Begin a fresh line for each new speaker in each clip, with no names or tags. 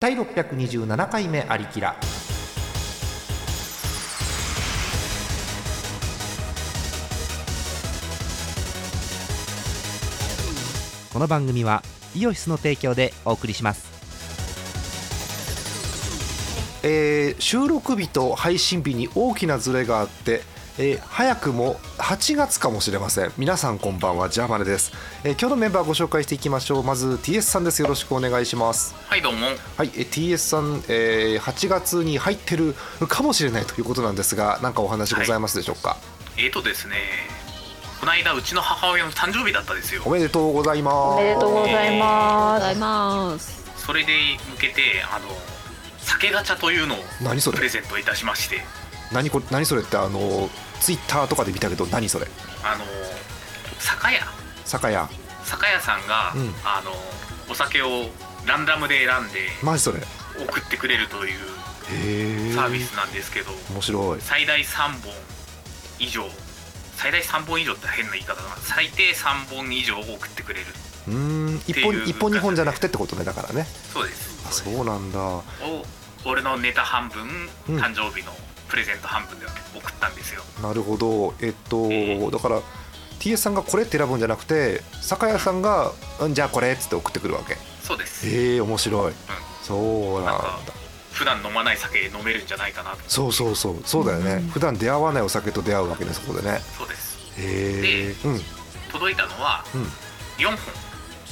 第627回目「アリキラ」この番組はイオシスの提供でお送りしますえー収録日と配信日に大きなズレがあって、えー早くも8月かもしれません皆さんこんばんはジャーマネです、えー今日のメンバーご紹介していきましょうまず TS さんですよろしくお願いします
はいどうも
はい、えー TS さん、えー8月に入ってるかもしれないということなんですが、なんかお話ございますでしょうか。
えーとですねこの間うちの母親の誕生日だったんですよ
おめでとうございます。
おめでとうございま
ござい
す。
ます。
それで向けてあの酒ガチャというのを
何そ
プレ
れ？
ゼントいたしまして
何これ何それってあのツイッターとかで見たけど何それ？
あの酒屋
酒屋
酒屋さんが、
うん
あのお酒をランダムで選んで
マジそれ？へ
送ってくれるという
え。
サービスなんですけど、
面白い。
最大3本以上最大3本以上って変な言い方だな最低3本以上を送ってくれる
うーん一本
っていう
一本二本じゃなくてってことねだからね。
そうです
あそうなんだ。
を俺のネタ半分、
うん
誕生日のプレゼント半分で送ったんですよ
なるほど。えっと、
え
だから TS さんがこれって選ぶんじゃなくて酒屋さんがうんじゃあこれっつって送ってくるわけ。
そうです、
へえ面白い。そうなん
な
だ
ん。か普段飲まない酒飲めるんじゃないかなと
そうそうそうそうだよね、普段出会わないお酒と出会うわけですここでね
そうです
へえうんうん
届いたのは4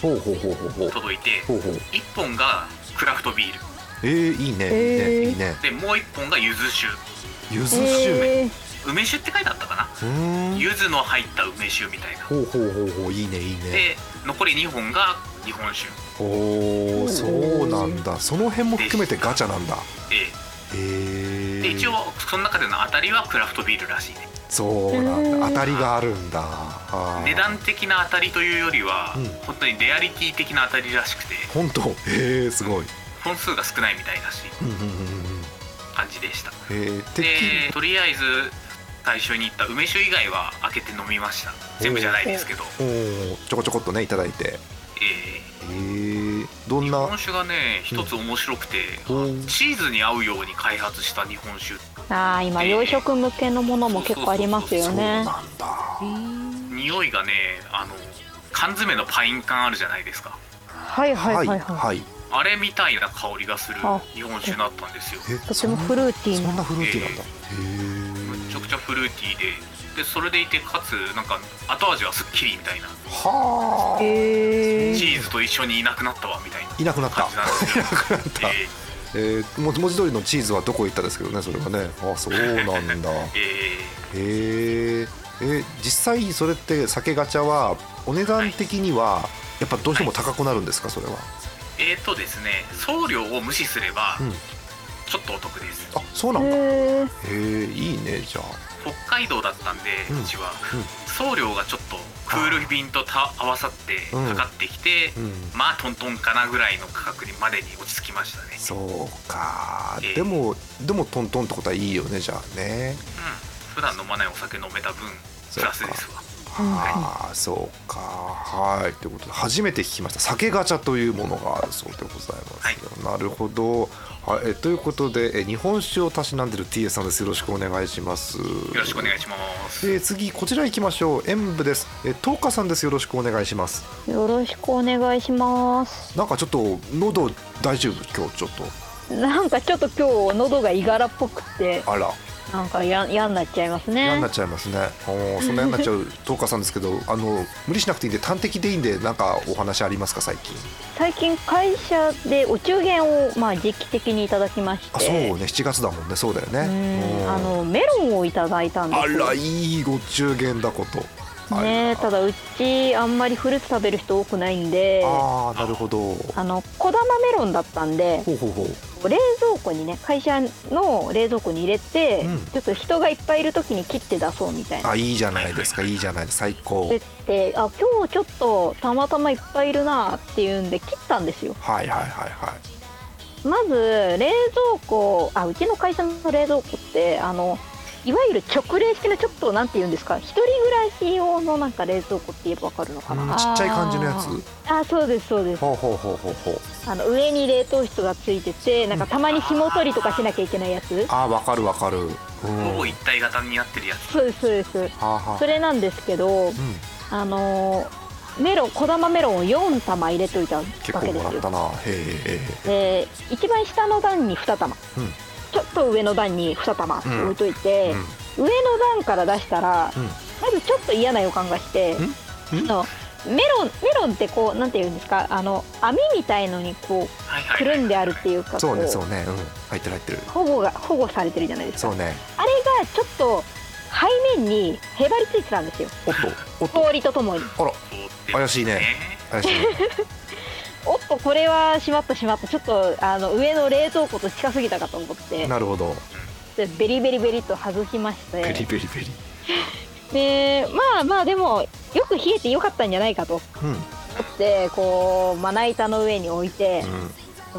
本
ほうほうほうほうほう
届いて
ほうほう
1本がクラフトビール
えー、いいねいい
へ
ね
ー
いいね
でもう1本が柚子酒
ゆず酒
えー、
梅酒って書いてあったか
う
な
ーん
柚子の入った梅酒みたいな
ほうほうほうほういいねいいね
で残り2本が日本酒
ほうそうなんだその辺も含めてガチャなんだ
え
へ
えで
え
一応その中での当たりはクラフトビールらしいね
そうなんだ
うん
当たりがあるんだあー
値段的な当たりというよりは、
うん
本当にレアリティ的な当たりらしくて
本当へえすごい
本数が少ないみたいだし
うんうんうんうん
感じでした
へえてっ
で
き
とりあえず最初に言った梅酒以外は開けて飲みました全部じゃないですけど
りおーちょこちょこっとねいただいて
ええ
へえどん
日
な
本酒がね一つ面白くて、
うん
チーズに合うように開発した日本酒
ああ今洋食向けのものも結構ありますよね。
なんだ
匂いがねあの缶詰のパイン缶あるじゃないですか
はいはいはいはい。
い
あれみたいな香りがする
あ
日本酒だったんですよ
え
とてもフルーティ
そ
ー
ん
な。
なフルーティーなんだ、
めちゃく
へ
ちゃフルーティーででそれでいてかつなんか後味はすっきりみたいな
えはあ、
え
チ
ー、
ーズと一緒にいなくなったわみたいない
なくなった
感じなんですよえ
えー、も文字通りのチーズはどこ行ったですけどねそれがねあそうなんだへ
ーえ
ええ実際それって酒ガチャはお値段的にはやっぱどうしても高くなるんですかそれは、
ーえーとですね送料を無視すれば
うん
ちょっとお得です、
あそうなんだへ
えー、
えいいねじゃあ
北海道だったんで
うん
うちは、
うん
送料がちょっとクール便とた合わさって
うん
かかってきて、
うん
まあトントンかなぐらいの価格にまでに落ち着きましたね
そうか
ええ
でもでもトントンってことはいいよねじゃあね
うん普段飲まないお酒飲めた分
そう
プ
か
ラスですわ
ああそうかはいということで初めて聞きました酒ガチャというものがあるそうでございます、
はい
なるほどはいえということでえ日本酒をたしなんでる TS さんですよろしくお願いしますよ
よろしくお願い
し
します、
えー次こちら行きましょう演舞ですえ東花さんですよろしくお願いします
よろしくお願いします。
なんかちょっと喉大丈夫今日ちょっ
なんかちょっと今日喉がいがらっぽくて
とあら
なんかや嫌になっちゃいます
嫌に
ね
なっ。ちゃいますねおーそんな嫌になっちゃう 東花さんですけどあの無理しなくていいんで端的でいいんでなんかお話ありますか最近
最近会社でお中元をまあ時期的にいただきまして。
あそうね7月だもんねそうだよね
うん
うん
あのメロンをいただいたんです
あ
よ
らいいご中元だことあら
ねえただうちあんまりフルーツ食べる人多くないんで
あ
あ
ーなるほど
の小玉メロンだったんで
ほうほうほう
冷蔵庫にね会社の冷蔵庫に入れて、
うん
ちょっと人がいっぱいいる時に切って出そうみたいな。
あいいじゃないですかいいじゃないですか最高
でってあ今日ちょっとたまたまいっぱいいるなっていうんで切ったんですよ
はいはいはいは
まず冷蔵庫あうちの会社の冷蔵庫ってあのいわゆる直冷式のちょっとなんて言うんですか一人暮らし用のなんか冷蔵庫って言えばわかるのか
うん
な、
ちっちゃい感じのやつ
あー
あそうですそうです
ほうほうほうほうほう
あの上に冷凍室がついててなんかたまに紐取りとかしなきゃいけないやつ
あーわかるわかるうん
ほぼ一体型になってるやつ
そうですそうです
はあはあ
それなんですけど
うん
あのーメロン小玉メロンを4玉入れといたわ
結
け
構
で
もら
す
っ
よ
たなへえへえへえ
で一番下の段に2玉、
うん
ちょっと上の段に2玉置いといて、
うん
上の段から出したら、
うん
まずちょっと嫌な予感がして、
んん
あのメロンメロンってこうなんていうんですかあの網みたいのにこう
はいはい
くるんであるっていうか
そうねそ
こ
うねうん入ってる入ってる
う保護が保護されてるじゃないですか
そうね
あれがちょっと背面にへばりついてたんですよ
おっとおっと
氷とともに
あら怪しいね怪しいね
おっとこれはしまったしまったちょっとあの上の冷凍庫と近すぎたかと思 って
なるほど
でベリベリベリと外しまし
ベリ
て
ベリベリ
でまあまあでもよく冷えてよかったんじゃないかと思
うんうん
ってこうまな板の上に置いて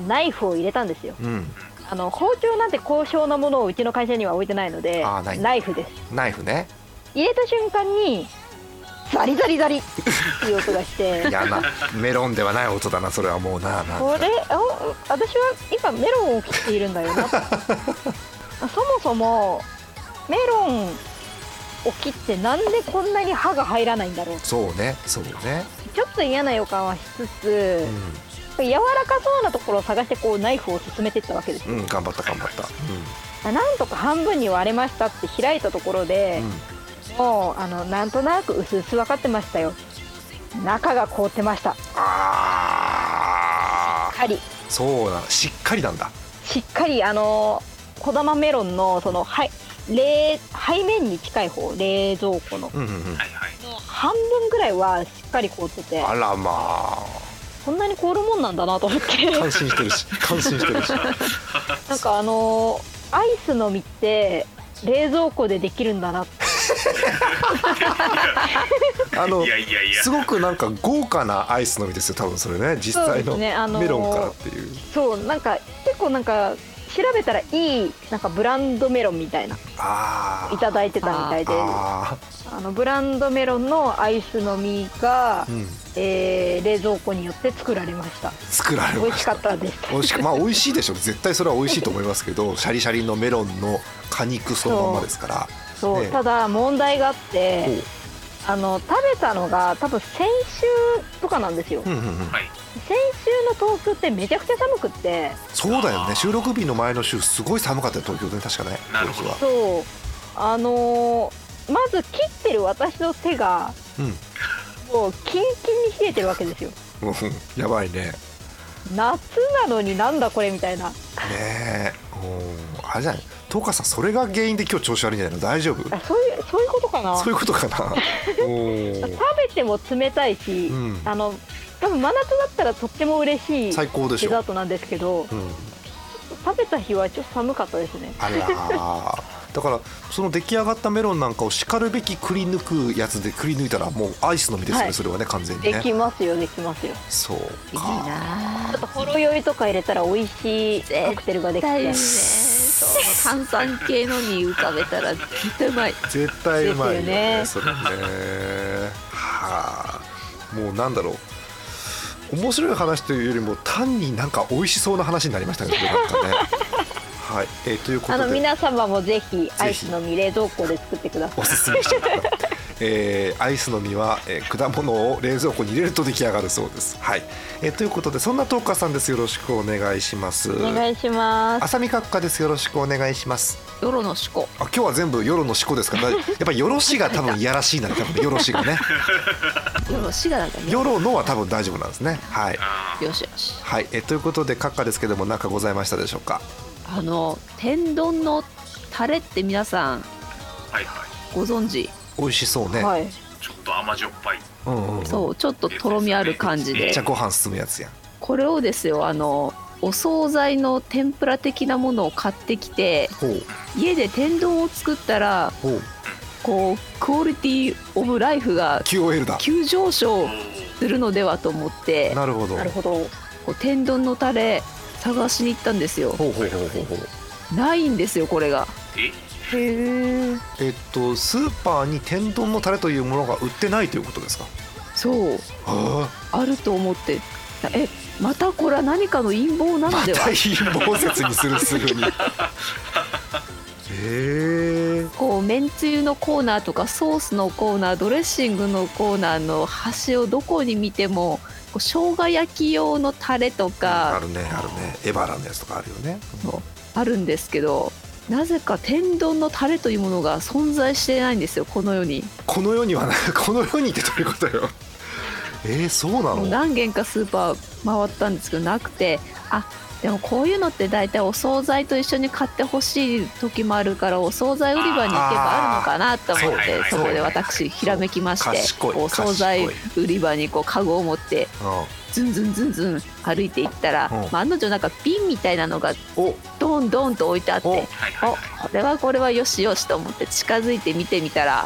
ナイフを入れたんですよ
うん
あの包丁なんて高尚なものをうちの会社には置いてないので
あーない
ナイフです
ナイフね
入れた瞬間にザリザリザリっていう音がし て
いやなメロンではない音だなそれはもうななんか
これあ私は今メロンを切っているんだよ なそもそもメロンを切ってなんでこんなに歯が入らないんだろう
そうねそうね
ちょっと嫌な予感はしつ
う
つ
ん
柔らかそうなところを探してこうナイフを進めていったわけですよ
うん、頑張った頑張った。
なんとか半分に割れましたって開いたところ
う
で
ん、うん、
もうあのなんとなく薄々分かってましたよ中が凍ってました
ああ、
カリ
そうなの、しっかりなんだ。
しっかりあの小玉メロンのそのはい冷背面に近い方冷蔵庫の
うんうんうん。
はいはい
半分ぐらいはしっかり凍ってて
あらまあ、
こんなに凍るもんなんだなと思って
感心してる し、感心してるし。
なんかあのアイスの実って冷蔵庫でできるんだなって
あの
い、やいやいや
すごくなんか豪華なアイスのみですよ、多分それね、実
そう
際
で
の
すねあの
メロンからっていう。
そうなんか結構なんか調べたらいいなんかブランドメロンみたいな
あ
い
あ、
ただいてたみたいであ
あ
のブランドメロンのアイスの実が
あ、う、ん、
えー冷蔵庫によって作られました
作られ
美
ま
味し
し
か
た。
ったです
美味しく、まあ、美味しいでしょう、絶対それは美味しいと思いますけど、シャリシャリのメロンの果肉そのままですから。
そう、
ね
ただ問題があって
ほう
あの食べたのが多分先週とかなんですよ、
うんうんうん。
はい
先週の東京ってめちゃくちゃ寒くって
そうだよね、収録日の前の週、すごい寒かったよ、東京でね、確かね。
なるほど
当時は
そうあのーまず切ってる私の手が
うん。
もうキンキンに冷えてるわけですよ
うんやばいね。
夏なのになんだこれみたいな
ねえ。うんあれじゃない。トカさん、それが原因で今日調子悪いんじゃないの？大丈夫？
あそういうそういうことかな
そういうことかな。うん
食べても冷たいし、
うん
あの多分真夏だったらとっても嬉しい
最高でし
デザ
ょ
ー。トなんですけど
うん。
食べた日はちょっと寒かったですね
あらー。だからその出来上がったメロンなんかを叱るべきくり抜くやつでくり抜いたらもうアイスの実ですよね、
はい
それはね完全に
で
ね
きますよできますよ
そう
いい
か
な
ちょっとほろ酔いとか入れたら美味しいカクテルができ
大
て
ねそう炭酸系のに浮かべたら絶対うまい
絶対うまいよね
です
それねはあもうなんだろう面白い話というよりも単になんか美味しそうな話になりましたねこれなん かねはい、えーというこ
あ
と
の
で
皆様もぜひアイスのみ冷蔵庫で作ってくださ
お
い
すすめしてくだ さいえーアイスの実は、えー果物を冷蔵庫に入れると出来上がるそうですはい、えーということでそんなトーカーさんですよろしくお願いします
お願いします
浅見閣下ですよろしくお願いします
夜の思考
あ今日は全部夜のしこですからやっぱりよろしが多分いやらしいな多分よろしがね
夜の滋賀だからね
世論のは多分大丈夫なんですね。はい。
あ
よしよし
はい、えということで閣下ですけども何かございましたでしょうか。
あの天丼のタレって皆さん
ーはいはい
ご存知
美味しそうね。
はい
ちょっと甘じょっぱい
うんうんうん。
そうちょっととろみある感じ
めっ
で
ちゃご飯進むやつやん。
これをですよあのお惣菜の天ぷら的なものを買ってきて
ほう
家で天丼を作ったら
ほう。
こうクオリティオブライフが
QOL だ。
急上
お
昇
ー
するのではと思って
なるほど。
なるほど
こう天丼のタレ探しに行ったんですよ
ほうほうほうほうほう。
ないんですよこれが
え
へえ
えっとスーパーに天丼のタレというものが売ってないということですか
そう
ああ
あると思ってえまたこれは何かの陰謀な
ま
ので
た
は、
陰謀説にするすぐにへえ
こうめんつゆのコーナーとかソースのコーナードレッシングのコーナーの端をどこに見てもこう生姜焼き用のタレと
あ
か
るねあるねエバラのやつとかあるよね
あるんですけどなぜか天丼のタレというものが存在してないんですよこの世に
この世にはないこの世にってどういうことよえー、そうな
も
の
う何軒かスーパー回ったんですけどなくてあでもこういうのって大体お惣菜と一緒に買ってほしい時もあるからお惣菜売り場に行けばあるのかなと
あーは
思っ
いはい
て
はい
そこで私ひらめきまして
賢い
こうお惣菜
賢い
売り場にこうカゴを持ってズンズンズンズン歩いていったら、
うん
まあ、案の定なんか瓶みたいなのが
うん、お
ドンドンと置いてあって
お
はいはい
お
はい
これはこれはよしよしと思って近づいて見てみたら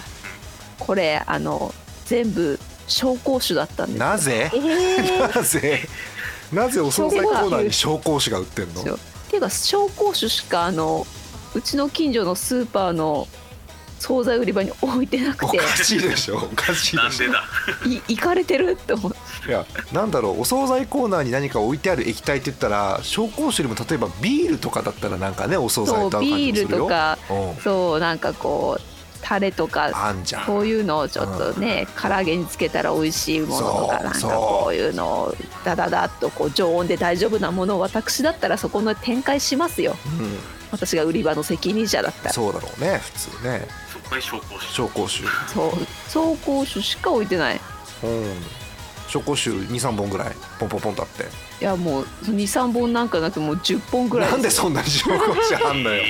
これあの全部紹興酒だったんですよ
なぜ
えー
なぜなぜお惣菜コーナーに紹興酒が売ってんの
そうっていうか紹興酒しかあのうちの近所のスーパーの惣菜売り場に置いてな
お
くて
かしいでしょおかしい
な
で
ん
し
でだ
い行かれてるって思って
ょいやなんだろうお惣菜コーナーに何か置いてある液体って言ったら紹興酒よりも例えばビールとかだったらなんかねお惣菜と合う感
ビ
じも
ール
するよ
とか
うん
そうなんかこうタレとか
あんじゃん
こういうのをちょっとね唐揚げにつけたら美味しいものとか
そう
なんか
そう
こういうのをダダダっとこう常温で大丈夫なものを私だったらそこの展開しますよ
うん、
私が売り場の責任者だったら
そうだろうね普通ね
そこへ証拠し
紹興酒
そう紹興酒しか置いてない
うん紹興酒23本ぐらいポンポンポンとあって
いやもう23本なんかなくもう10本ぐらい
なんでそんなに紹興酒あん のよ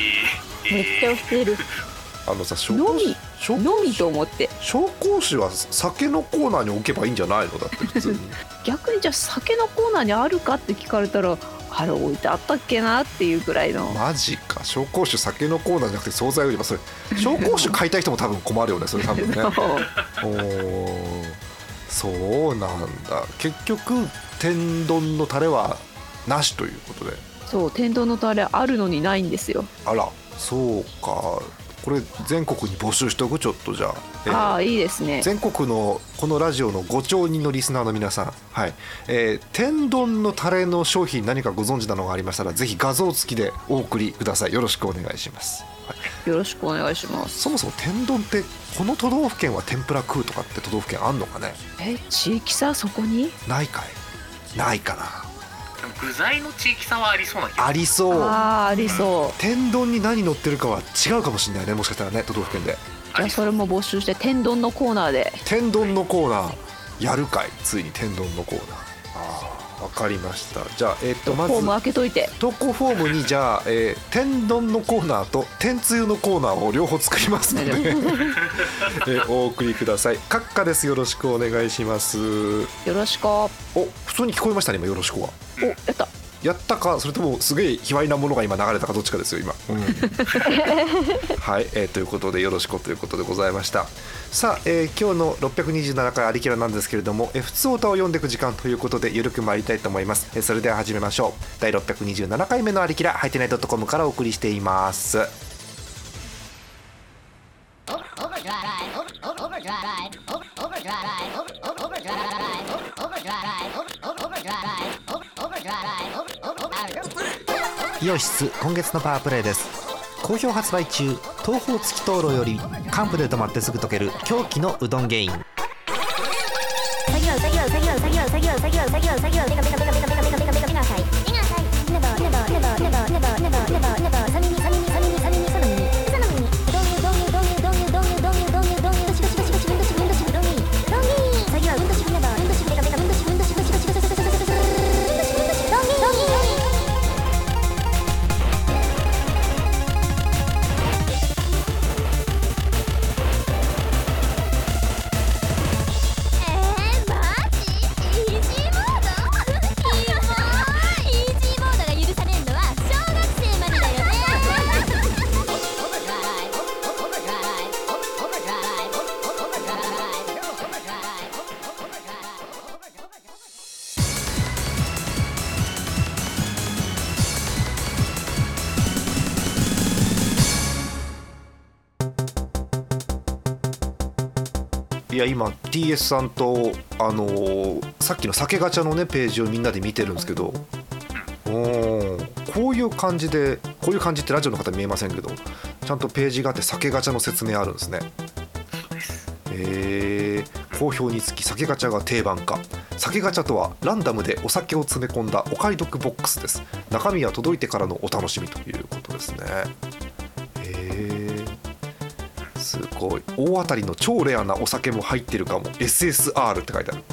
えー
めっちゃ
え
押してる
あのさ紹興酒
飲み
紹
のみと思って
紹興酒は酒のコーナーに置けばいいんじゃないのだって普通に
逆にじゃあ酒のコーナーにあるかって聞かれたらあれ置いてあったっけなっていうぐらいの
マジか紹興酒酒のコーナーじゃなくて惣菜売り場それ紹興酒買いたい人も多分困るよねそれ多分 ねおーそうなんだ結局天丼のタレはなしということで
そう天丼のタレあるのにないんですよ
あらそうかこれ全国に募集しておくちょっとじゃあ、えー
ああいいですね
全国のこのラジオのご町人のリスナーの皆さん、はいえー天丼のタレの商品何かご存知なのがありましたらぜひ画像付きでお送りくださいよろしくお願いします、はい、
よろしくお願いします
そもそも天丼ってこの都道府県は天ぷら食うとかって都道府県あんのかね
え地域差そこに
ないかいないか
ーでも具材の地域差はありそうな気
な
が
ありそう
ああありそ
天丼に何乗ってるかは違うかもしれないねもしかしたらね都道府県で
うじゃあそれも募集して天丼のコーナーで
天丼のコーナーやるかいついに天丼のコーナーあーわかりましたじゃあえっ
フ
と
ォ
まず
ーム開けといて
投稿フォームにじゃあ、えー天丼のコーナーと天つゆのコーナーを両方作りますので、えーお送りください閣下ですよろしくお願いします
よろしくお
お普通に聞こえましたね今よろしくは
やった
やったかそれともすげえ卑猥なものが今流れたかどっちかですよ今、 うんはい、えーということでよろしくということでございましたさあ、えー今日の627回ありきらなんですけれども、えー、普通歌を読んでいく時間ということでゆるく参りたいと思います、えーそれでは始めましょう第627回目のありきらハイテナイドットコムからお送りしています
Over, overdrive, ride, over, over, overdrive, ride, over, overdrive, ride, over, over, overdrive, ride, over, overdrive, ride, over, over, overdrive, ride, over, overdrive, ride, over, over, overdrive.
イオシス今月のパワープレイです好評発売中東宝月灯籠より寒風で止まってすぐ溶ける狂気のうどんゲイン
えーマジイージーモード
いや今 TS さんと、あのーさっきの酒ガチャのねページをみんなで見てるんですけどおーこういう感じでこういう感じってラジオの方見えませんけどちゃんとページがあって酒ガチャの説明あるんですね。
そうです
えー好評につき酒ガチャが定番化酒ガチャとはランダムでお酒を詰め込んだお買い得ボックスです中身は届いてからのお楽しみということですねえーすごい大当たりの超レアなお酒も入ってるかも SSR って書いてある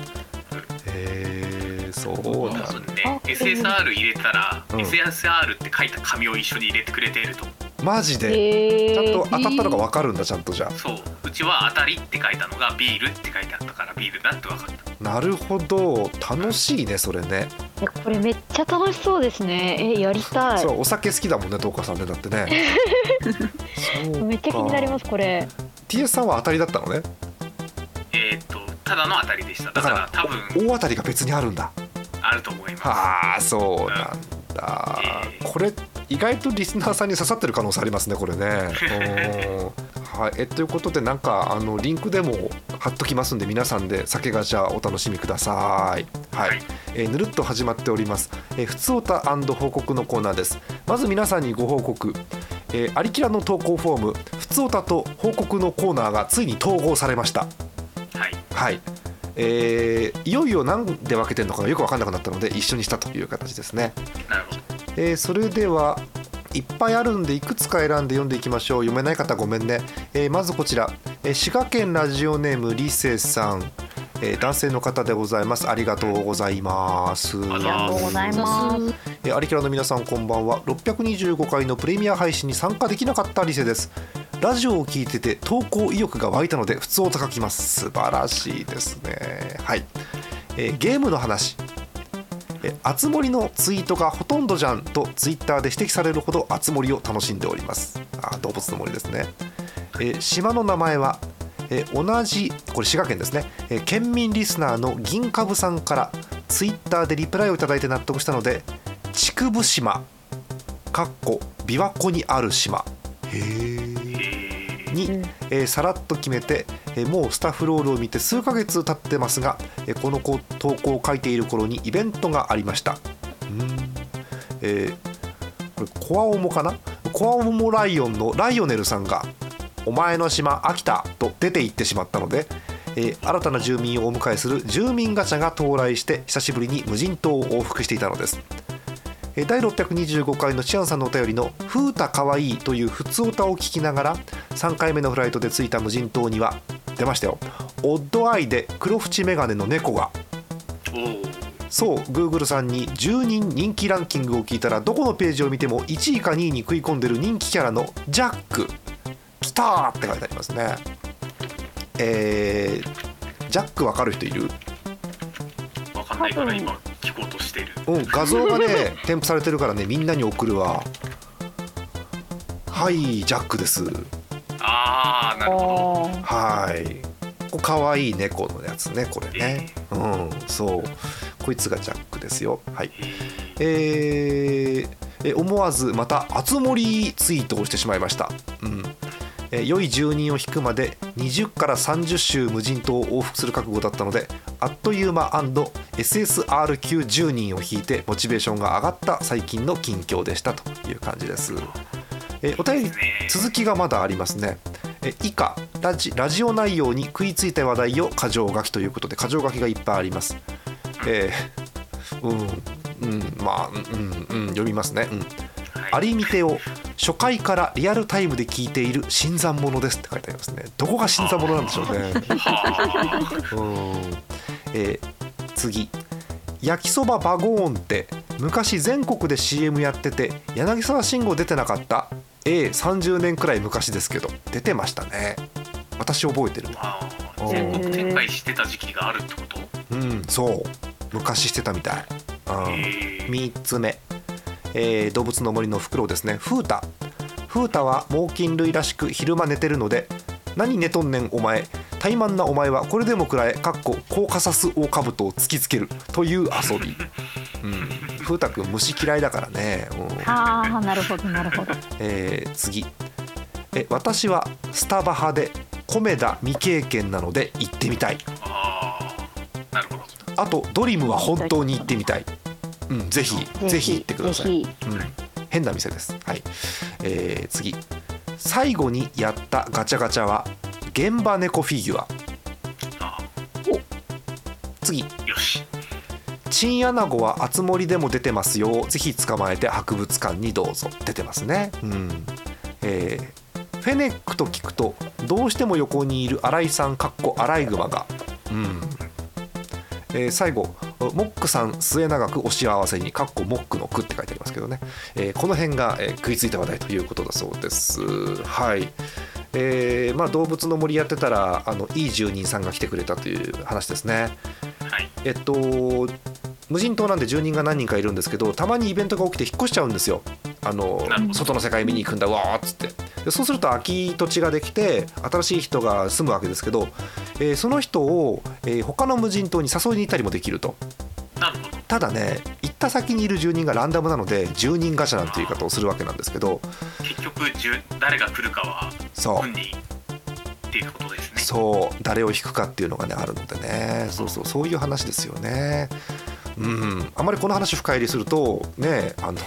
えー、そうなんだ
そうね SSR 入れたら、
うん
SSR って書いた紙を一緒に入れてくれていると
マジで
えー、
ちゃんと当たったのが分かるんだちゃんとじゃ
そううちは「当たり」って書いたのが「ビール」って書いてあったからビールだって分かった
あなるほど楽しいねそれね
いやこれめっちゃ楽しそうですねえやりたい
そうお酒好きだもんね東花さんねだってねそう
めっちゃ気になりますこれ
TS さんは当たりだったのね
えーっとただの当たりでした
だ
だ
か
からら多
お
分
大当たりが別にあるんだ
あると思いま
はあそうなんだ
ええ
これ意外とリスナーさんに刺さってる可能性ありますねこ れねうんはいえということでなんかあのリンクでも貼っときますんで皆さんで酒ガチャお楽しみくださいはい、
はい
えーぬるっと始まっております、えー、ふつおた報告のコーナーですまず皆さんにご報告えー、アリキラの投稿フォーム「ふつおた」と報告のコーナーがついに統合されました
すはい
はい、えーいよいよ何で分けてるのかがよく分かんなくなったので一緒にしたという形ですね、
なるほど
えーそれではいっぱいあるんでいくつか選んで読んでいきましょう読めない方ごめんね、えーまずこちら、えー滋賀県ラジオネームりせさん、えー男性の方でございますありがとうございます
りがとうござい
ます
えーアリキャラの皆さんこんばんは625回のプレミア配信に参加できなかったリセですラジオを聞いてて投稿意欲が湧いたので普通を高きます素晴らしいですねはい、えーゲームの話えー「あつ森のツイートがほとんどじゃん」とツイッターで指摘されるほどあつ森を楽しんでおりますあー動物の森ですね、えー島の名前はえー同じこれ滋賀県ですね、えー県民リスナーの銀かぶさんからツイッターでリプライをいただいて納得したので竹生島かっこ琵琶湖にある島へーに、えーさらっと決めて、えーもうスタッフロールを見て数ヶ月経ってますが、えーこのこ投稿を書いている頃にイベントがありましたうーんえーこれコアオモかなコアオモライオンのライオネルさんが「お前の島秋田」と出て行ってしまったので、えー新たな住民をお迎えする住民ガチャが到来して久しぶりに無人島を往復していたのですえー第625回のシアンさんのお便りの「ふうたかわいい」という普通歌を聞きながら3回目のフライトで着いた無人島には出ましたよオッドアイで黒縁眼鏡の猫が
おお
そう Google さんに10人人気ランキングを聞いたらどこのページを見ても1位か2位に食い込んでる人気キャラのジャックきたーって書いてありますねえージャックわかる人いる
分かんないから今聞こうとしてる
うん、画像がね添付されてるからねみんなに送るわはいジャックです
ああなるほ
おー
はいこかわいい猫のやつねこれねうんそうこいつがジャックですよはい
どへー
えーえ思わずまた熱盛ツイートをしてしまいました、うんえー良い住人を引くまで20から30周無人島を往復する覚悟だったのであっという間 &SSR 級10人を引いてモチベーションが上がった最近の近況でしたという感じです、えーお便り続きがまだありますねえ以下ラジラジオ内容に食いついた話題を箇条書きということで箇条書きがいっぱいあります、えーうん、うん、まあ、うん、うん、読みますね。うん。
はい
アリミテを初回からリアルタイムで聞いている新参者ですって書いてありますね。どこが新参者なんでしょうね。
はあ
うん。えー次。焼きそばバゴーンって昔全国で CM やってて柳沢慎吾出てなかった A30 年くらい昔ですけど出てましたね私覚えてるわ
あー全国展開してた時期があるってこと
うんそう昔してたみたい、うん、
へー
3つ目、えー動物の森のフクロウですねフータフータは猛禽類らしく昼間寝てるので何寝とんねんお前怠慢なお前はこれでもくらえかっこコーカサスオオカブトを突きつけるという遊び、うん、フータくん虫嫌いだからね、うん
ああなるほどなるほど
えー次え私はスタバ派で米田未経験なので行ってみたい
ああなるほど
あとドリムは本当に行ってみたいうんぜひぜひ行ってください
ぜひ
うん、変な店です、はいえー次最後にやったガチャガチャは現場猫フィギュア
あ
次
あよし
チンアナゴは厚盛りでも出てますよぜひ捕まえて博物館にどうぞ出てますねうんえーフェネックと聞くとどうしても横にいる新井さんかっこアライグマがうん、えー最後モックさん末永くお幸せにかっこモックの句って書いてありますけどね、えーこの辺が、えー食いついた話題ということだそうですはいえーまあ動物の森やってたらあのいい住人さんが来てくれたという話ですね
はい
えっと無人島なんで住人が何人かいるんですけどたまにイベントが起きて引っ越しちゃうんですよあの
なるほど
外の世界見に行くんだうわーっつってでそうすると空き土地ができて新しい人が住むわけですけど、えーその人を、えー他の無人島に誘いに行ったりもできると
なるほど
ただね行った先にいる住人がランダムなので住人ガチャなんていう言い方をするわけなんですけど
結局じゅ誰が来るかは
そう
運にっていうことですね
そう誰を引くかっていうのがねあるのでねそうそうそういう話ですよね。うん、あまりこの話深入りするとねあの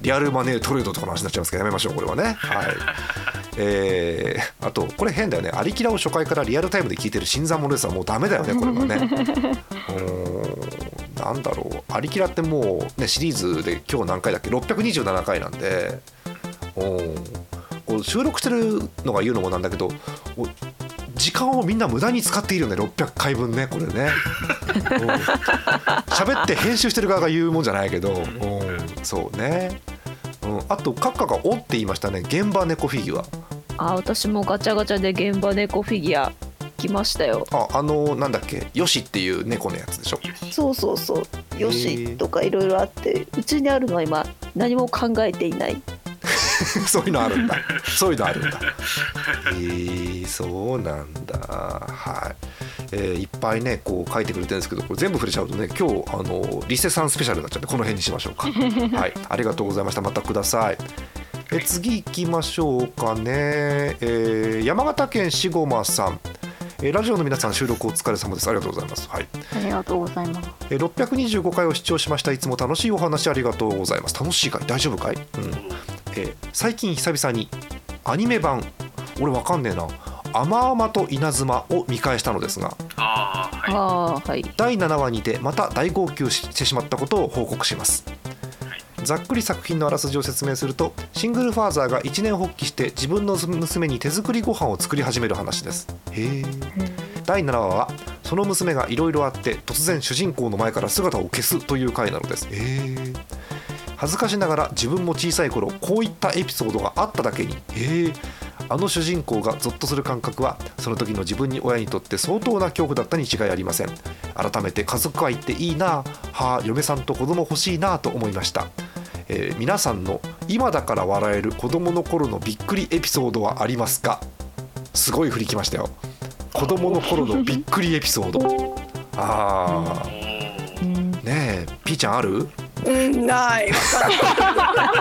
リアルマネートレードとかの話になっちゃいますけどやめましょうこれはね。はいえーあとこれ変だよね「アリキラ」を初回からリアルタイムで聞いてる新参者ですはもうダメだよねこれはね。うーんなんだろう「アリキラ」ってもう、ね、シリーズで今日何回だっけ627回なんでおーこう収録してるのが言うのもなんだけどお時間をみんな無駄に使っているよね600回分ねこれねうん喋って編集してる側が言うもんじゃないけど、うん、そうね、うん、あと閣下が「お」って言いましたね現場猫フィギュア
あ私もガチャガチャで現場猫フィギュア来ましたよ
ああのなんだっけヨシっていう猫のやつでしょ
よし
そうそうそうよ
へー
しとかいろいろあってうちにあるのは今何も考えていない
そういうのあるんだ。そういうのあるんだ。えー、そうなんだ。はい。えーいっぱいね、こう書いてくれてるんですけど、これ全部触れちゃうとね、今日、あの、リセさんスペシャルになっちゃって、この辺にしましょうか。はい、ありがとうございました。またください。え次行きましょうかね、えー山形県しごまさん、えーラジオの皆さん収録お疲れ様ですありがとうございます、はい、
ありがとうございます
えー625回を視聴しましたいつも楽しいお話ありがとうございます楽しいかい大丈夫かい、うんえー最近久々にアニメ版俺わかんねえな「あまあまと稲妻」を見返したのですが
ああは
あーはい
第7話にてまた大号泣してしまったことを報告しますざっくり作品のあらすじを説明するとシングルファーザーが一年発起して自分の娘に手作りご飯を作り始める話ですへえ第7話はその娘がいろいろあって突然主人公の前から姿を消すという回なのですへえ恥ずかしながら自分も小さい頃こういったエピソードがあっただけにへえあの主人公がゾッとする感覚はその時の自分に親にとって相当な恐怖だったに違いありません改めて家族愛っていいなあはあ嫁さんと子供欲しいなあと思いました、えー皆さんの今だから笑える子供の頃のびっくりエピソードはありますかすごい振りきましたよ子供の頃のびっくりエピソードあ
いお
ーねえピーちゃんある
うん、ない。わかんな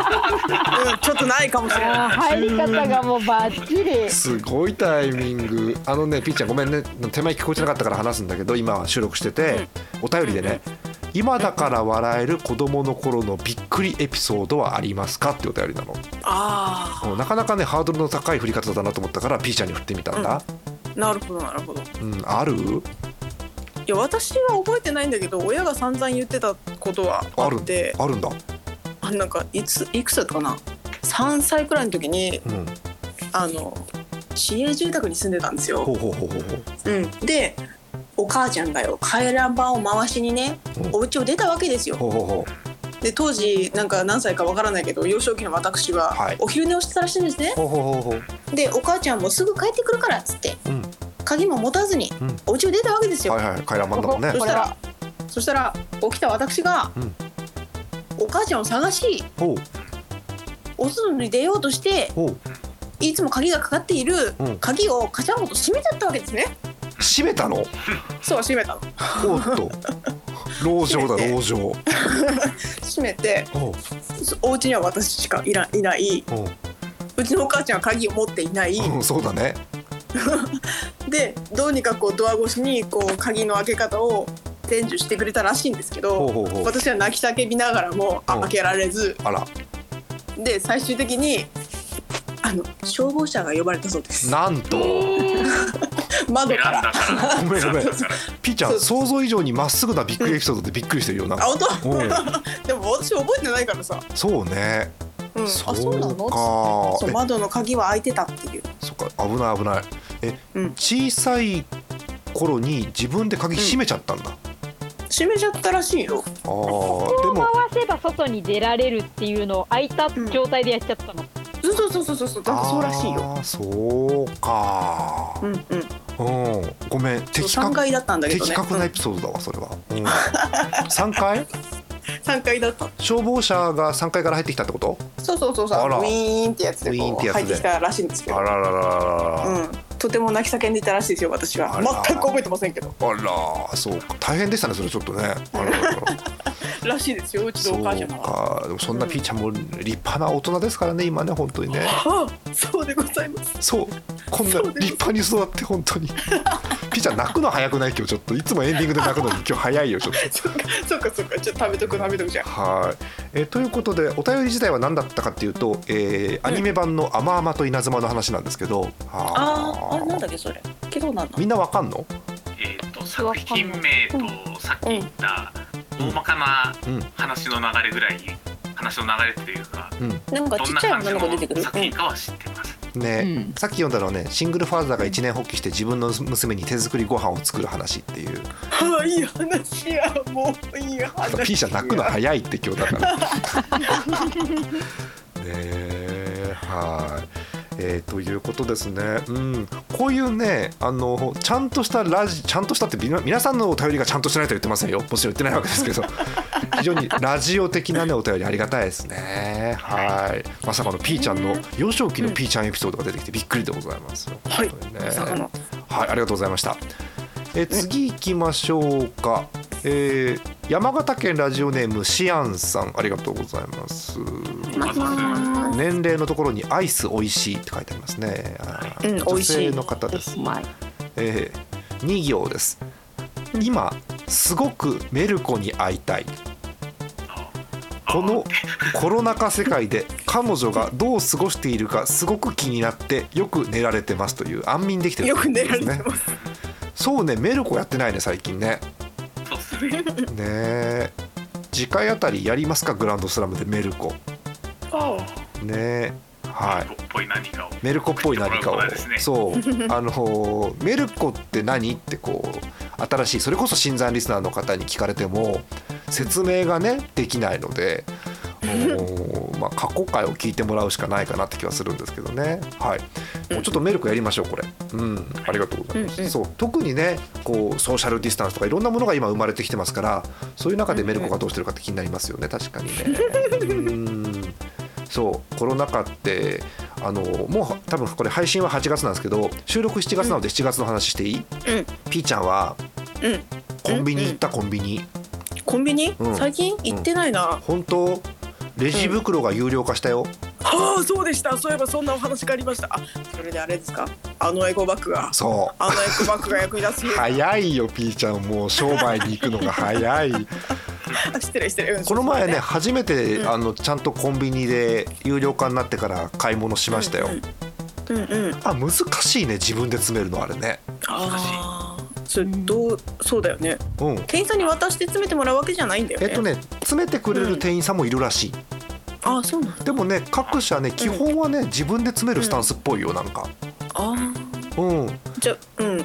いうん、ちょっとないかもしれない。
あー入り方がもうバッチリ
すごいタイミングあのねピーちゃんごめんね手前聞こえてなかったから話すんだけど今は収録しててお便りでね「今だから笑える子供の頃のびっくりエピソードはありますか?」ってお便りなの
あ
うんなかなかねハードルの高い振り方だなと思ったからピーちゃんに振ってみたんだ、
あ、なるほど、なるほど。い
うん、ある
や、私は覚えてないんだけど、親が散々言ってたことはあ
ある
って、
あるんだ、
あなんかいついくつだったかな、3歳くらいの時に
うん、
あの市営住宅に住んでたんですよ
ほ。うほうほうほうほう
うん、で、お母ちゃんがよ回覧板を回しにね、
うん
お家を出たわけですよ。
ほうほうほ
で当時なんか何歳かわからないけど幼少期の私は
はい
お昼寝をしてたらしいんですね、
うほうほうほうほう
でお母ちゃんもすぐ帰ってくるからっつって
うん
鍵も持たずに
うん
お家を出たわけですよ、
はいはい回覧板だもんね
そし
こ
た
れ
ら
は
そしたら起きた私が、
うん
お母ちゃんを探し
ほう
お外に出ようとして
ほう
いつも鍵がかかっている
うん
鍵をカチャンコと閉めちゃったわけですね、
閉めたの
そう閉めたの
おっと籠城だ籠城ほ
閉めて
う
そお家には私しかいらいないううちのお母ちゃんは鍵を持っていない、
んうんそうだね
でどうにかこうドア越しにこう鍵の開け方を伝授してくれたらしいんですけど
ほうほうほう
私は泣き叫びながらもあ
うん
開けられず
あら
で最終的にあの消防車が呼ばれたそうです
なんと
窓
選ん
か
だ
ら
から
ごめんごめん
選だから
ピーちゃん想像以上にまっすぐなビッグエピソードでびっくりしてるよな
あ本当
うん
でも私覚えてないからさ、
そうね
うん、あ
そうか
そうなのそう窓の鍵は開いてたっていう
そっか危ない危ないえ、
うん
小さい頃に自分で鍵閉めちゃったんだ、あ
閉めちゃったらしいよ
あ
こ
ーで
こ
も
を回せば外に出られるっていうのを開いた状態でやっちゃったの、
そうそうそうそうそうなんかそうらしいよ
あーそうか
うんうん
うんごめん
そう
的
3
確
階だったんだけど
的
ね
確なエピソードだわそれは、うん、3階
3階だった
消防車が3階から入ってきたってこと
そうそうそうそう
あら
ウィーンってやつで
ウィーンっ
こ
て
う
やつで
入ってきたらしいんですけ
あ
ど
らららららら、
うんとても泣き叫んでいたらしいですよ私は
あら
全く覚えてませんけど
あらそうか大変でしたねそれちょっとねあら ららら
らしいですようち
そ
の
う
お母様は
かでもそんなピーちゃんも立派な大人ですからね今ね本当にね
はあそうでございます
そうこんな
そう
立
です
派に育って本 当にピーちゃん泣くの早くない今日ちょっといつもエンディングで泣くのに今日早いよちょっと
そっかそっかそっかちょっと食べとく食べとくじゃん
はい、えーということでお便り自体は何だったかっていうと、えーアニメ版の「あまあまと稲妻」の話なんですけど、
あ
は
ーあれなんだっけそれけどなんだ
みんなわかんの
えー、と作品名とさっき言った
うん
大まかな
うん
話の流れぐらい話の流れっていうか
なんか
ど
ち
ん
っ
な
ちゃい
感じ
女の子出てく
の
る
作品かは知ってます。
ね、
うん
さっき読んだのはねシングルファーザーが一年発起して自分の娘に手作りご飯を作る話っていう
うんはあいい話やもういい
あと
話
P 社泣くの早いって今日だから。ねえはい。えーということですね、うん、こういうねあのちゃんとしたラジちゃんとしたってみな皆さんのお便りがちゃんとしてないとは言ってませんよもちろん言ってないわけですけど非常にラジオ的な、ね、お便りありがたいですねはいまさかの P ちゃんの幼少期の P ちゃんエピソードが出てきてびっくりでございます、
はい
本当にね
魚
はい、ありがとうございました。え次行きましょうか。えー山形県ラジオネームシアンさんありがとうございます。
まず
年齢のところにアイスおいしいって書いてありますね。あー
うん
女
美味しい
性の方です
う。まい
えー、2行です。今すごくメルコに会いたい。このコロナ禍世界で彼女がどう過ごしているかすごく気になってよく寝られてますという安眠できてる
よく寝られてます
そうねメルコやってないね最近ね
そうっすね。
ねえ次回あたりやりますかグランドスラムでメルコ
あ
ねえはい
っぽい何かを。
メルコっぽい何かを、
メルコですね
そうあのメルコって何ってこう新しいそれこそ新参リスナーの方に聞かれても説明がねできないので。おーまあ、過去回を聞いてもらうしかないかなって気はするんですけどね、はい、もうちょっとメルコやりましょうこれ、うん、ありがとうございます、
うんうん
そう特にねこうソーシャルディスタンスとかいろんなものが今生まれてきてますからそういう中でメルコがどうしてるかって気になりますよね確かにねうんそうコロナ禍ってあのもう多分これ配信は8月なんですけど収録7月なので7月の話していい、
ん
ピーちゃんは
うん
コンビニ行ったコンビニ、
コンビニ、
うん
最近行ってないな、
本当レジ袋が有料化したよ、
ああそうでしたそういえばそんなお話がありましたあそれであれですかあのエコバッグが
そう
あのエコバッグが役に立つ
早いよピーちゃんもう商売に行くのが早 い
失礼失礼、うん
この前ね
そう
初めて、
うん
あのちゃんとコンビニで有料化になってから買い物しましたよ、
そうねうんうん
あ難しいね自分で詰めるのあれね
ああそれどうそうだよね
うん
店員さんに渡して詰めてもらうわけじゃないんだよ
え
ね、
っとね詰めてくれる店員さんもいるらしい、
ああそうなんだ
でもね各社ね基本はね自分で詰めるスタンスっぽいよなんか
あ
うん
あじゃあうん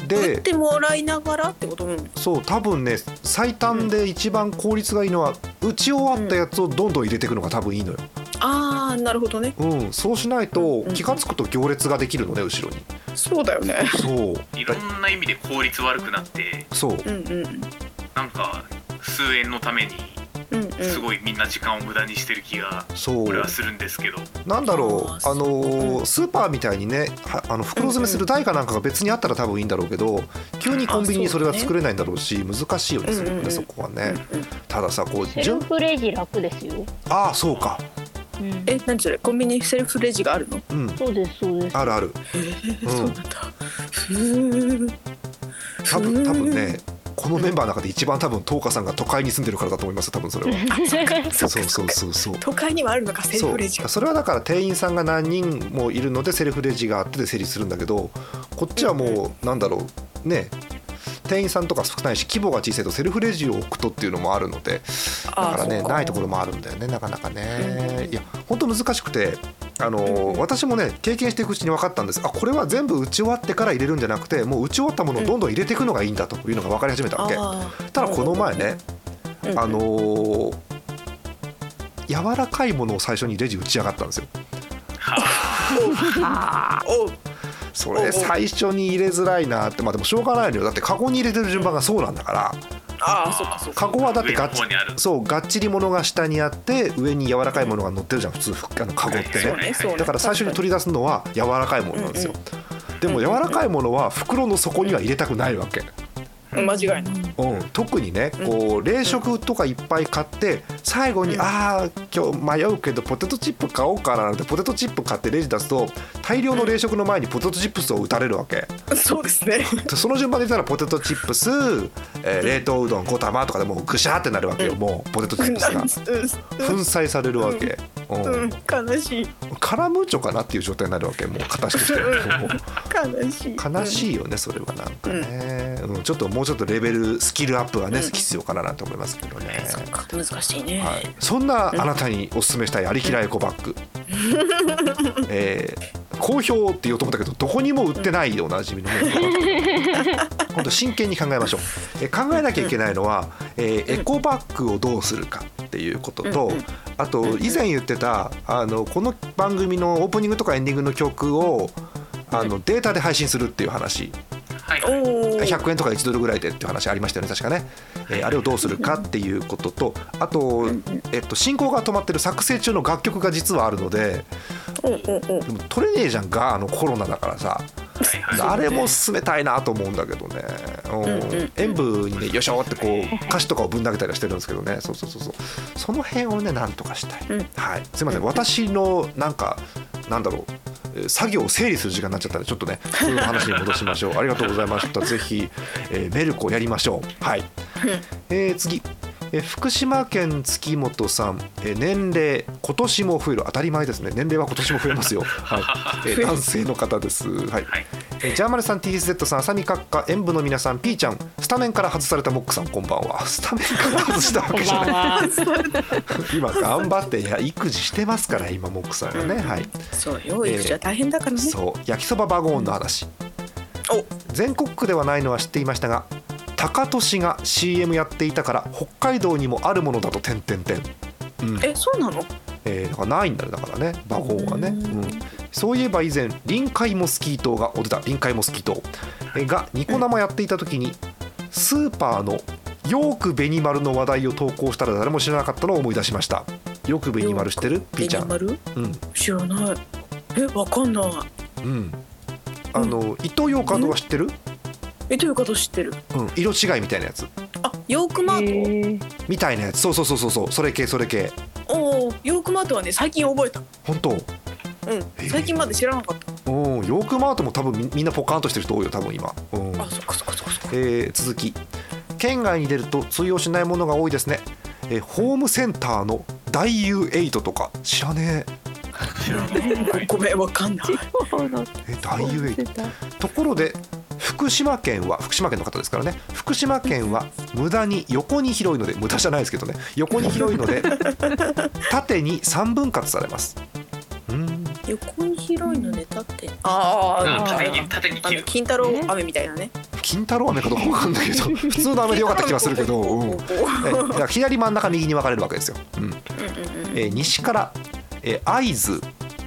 打っ
で
てもらいながらってことうん
そう多分ね最短で一番効率がいいのは打ち終わったやつをどんどん入れていくのが多分いいのよ、
ああなるほどね
うん、そうしないと気が付くと行列ができるのね後ろに
そうだよね
そう
いろんな意味で効率悪くなって、
そう
うんうん
なんか数円のために
うんうん
すごいみんな時間を無駄にしてる気が
そ
俺は
う
するんですけど、
なんだろう
あー
あのースーパーみたいにねはあの袋詰めする台かなんかが別にあったら多分いいんだろうけど急にコンビニにそれは作れないんだろうし難しいよねすごく
うんうんう
ね
ん
そこはねたださこう
セル
順
フレジ楽ですよ
ああそうか
うん
え何それコンビニセルフレジがあるの
うん
そうですそうです
あるある
えー
うん
そうなんだふー
多分多分ねこのメンバーの中で一番多分東花さんが都会に住んでるからだと思いますよ多分それは
そっ
そ
か
う
そ
そ
っ
う
か
そうそう
都会にはあるのかセル
そ
フレジ
う
が
それはだから店員さんが何人もいるのでセルフレジがあってで整理するんだけどこっちはもうなんだろうね店員さんとか少ないし規模が小さいとセルフレジを置くとっていうのもあるのでだか
あー
らね
そう
ないところもあるんだよねなかなかねいや本当難しくてあのー私もね経験していくうちに分かったんですあこれは全部打ち終わってから入れるんじゃなくてもう打ち終わったものをどんどん入れていくのがいいんだというのが分かり始めたわけ
あ
ただこの前ね
ーうん
あのー柔らかいものを最初にレジ打ち上がったんですよ
おう
そ
おうお
れ
う
最初に入れづらいなってまあでもしょうがないのよだってカゴに入れてる順番がそうなんだから
ああそっかそっ
カ
か
ゴはだってがっち
上の方にある
そうがっちりものが下にあって上に柔らかいものが乗ってるじゃん普通あのカゴって
そう
ね
ねそうね
だから最初に取り出すのは柔らかいものなんですよでも柔らかいものは袋の底には入れたくないわけ
うん間違いない
うん、特にねこう冷食とかいっぱい買って最後に「ああ今日迷うけどポテトチップ買おうかな」なんてポテトチップ買ってレジ出すと大量の冷食の前にポテトチップスを打たれるわけ
そうですね
でその順番で言ったらポテトチップス、えー冷凍うどん5玉とかでもうぐしゃーってなるわけよもうポテトチップスが粉砕されるわけ。
うん
う
うんん、悲しい
カラムーチョかなっていう状態になるわけもう形としてもう
悲しい
悲しいよねそれはなんかね、うん、ちょっともうちょっとレベルスキルアップはね、必要かななんて思いますけどね、
うん難しいね、
はい、そんなあなたにおすすめしたいありきらエコバ ッグ、えー好評って言おうと思ったけどどこにも売ってないでおなじみの ねエコバッグ本当真剣に考えましょう、えー考えなきゃいけないのは、えーエコバッグをどうするかっていうこととあと以前言ってたあのこの番組のオープニングとかエンディングの曲をあのデータで配信するっていう話
はいはい
おお
100円とか1ドルぐらいでっていう話ありましたよね確かね、えーあれをどうするかっていうこととあと、えっと、進行が止まってる作成中の楽曲が実はあるので
おうおうおう
でも取れねえじゃんがあのコロナだからさあれも進めたいなと思うんだけどね、うん、演舞にねよいしょってこう歌詞とかをぶん投げたりはしてるんですけどねそうそうそうそうその辺をねなんとかしたい、
うん
はい、すいません私のなんかなんだろうえー作業を整理する時間になっちゃったんでちょっとねそういう話に戻しましょうありがとうございましたぜひ、えーメルコやりましょうはい、えー次えー福島県月本さん、えー年齢今年も増える当たり前ですね年齢は今年も増え ますよ、はいえー男性の方ですはい
はい
えージャーマルさん TZ さん浅見閣下演舞の皆さん P ちゃんスタメンから外されたモックさんこんばんは スタメンから外したわけじゃない
は
今頑張っていや育児してますから今モックさんがね、はい
そうよ
えー
育児は大変だからね、
そう焼きそばバゴーンの話
お
全国区ではないのは知っていましたが高利が CM やっていたから北海道にもあるものだと点点点
えそうなの
えー、だからないんだよだからね馬ゴがね、うん、そういえば以前臨海モスキー島がお出た臨海モスキー島、えーがニコ生やっていた時にスーパーのヨークベニマルの話題を投稿したら誰も知らなかったのを思い出しましたヨークベニマル知ってるピーちゃん
ベニマル
うん
知らないえわかんない
うんあの伊藤洋華堂は知ってる、
えどういうこと知ってる
うん、色違いみたいなやつ
あヨークマート、
みたいなやつそうそうそうそうそうそれ系それ系
おおヨークマートはね最近覚えた
本当
うん最近まで知らなかった、
うんヨークマートも多分みみんなポカーンとしてる人多いよ多分今、うん、
あそっかそっかそっかそっか
えー続き県外に出ると通用しないものが多いですね、えーホームセンターの大 U8 とか知らねえ
ごめんわかんない
えー大 U8 ところで福島県は福島県の方ですからね福島県は無駄に横に広いので無駄じゃないですけどね横に広いので縦に3分割されますうん
横に広いのネタってあ
うん
ーあ
縦
ー
に縦に
あ
切
の
る
金太郎飴みたいなね
金太郎飴かどうか分かんないけど普通の飴でよかった気がするけど、うん、えだから左真ん中右に分かれるわけですよ、うんえー西から、えー会津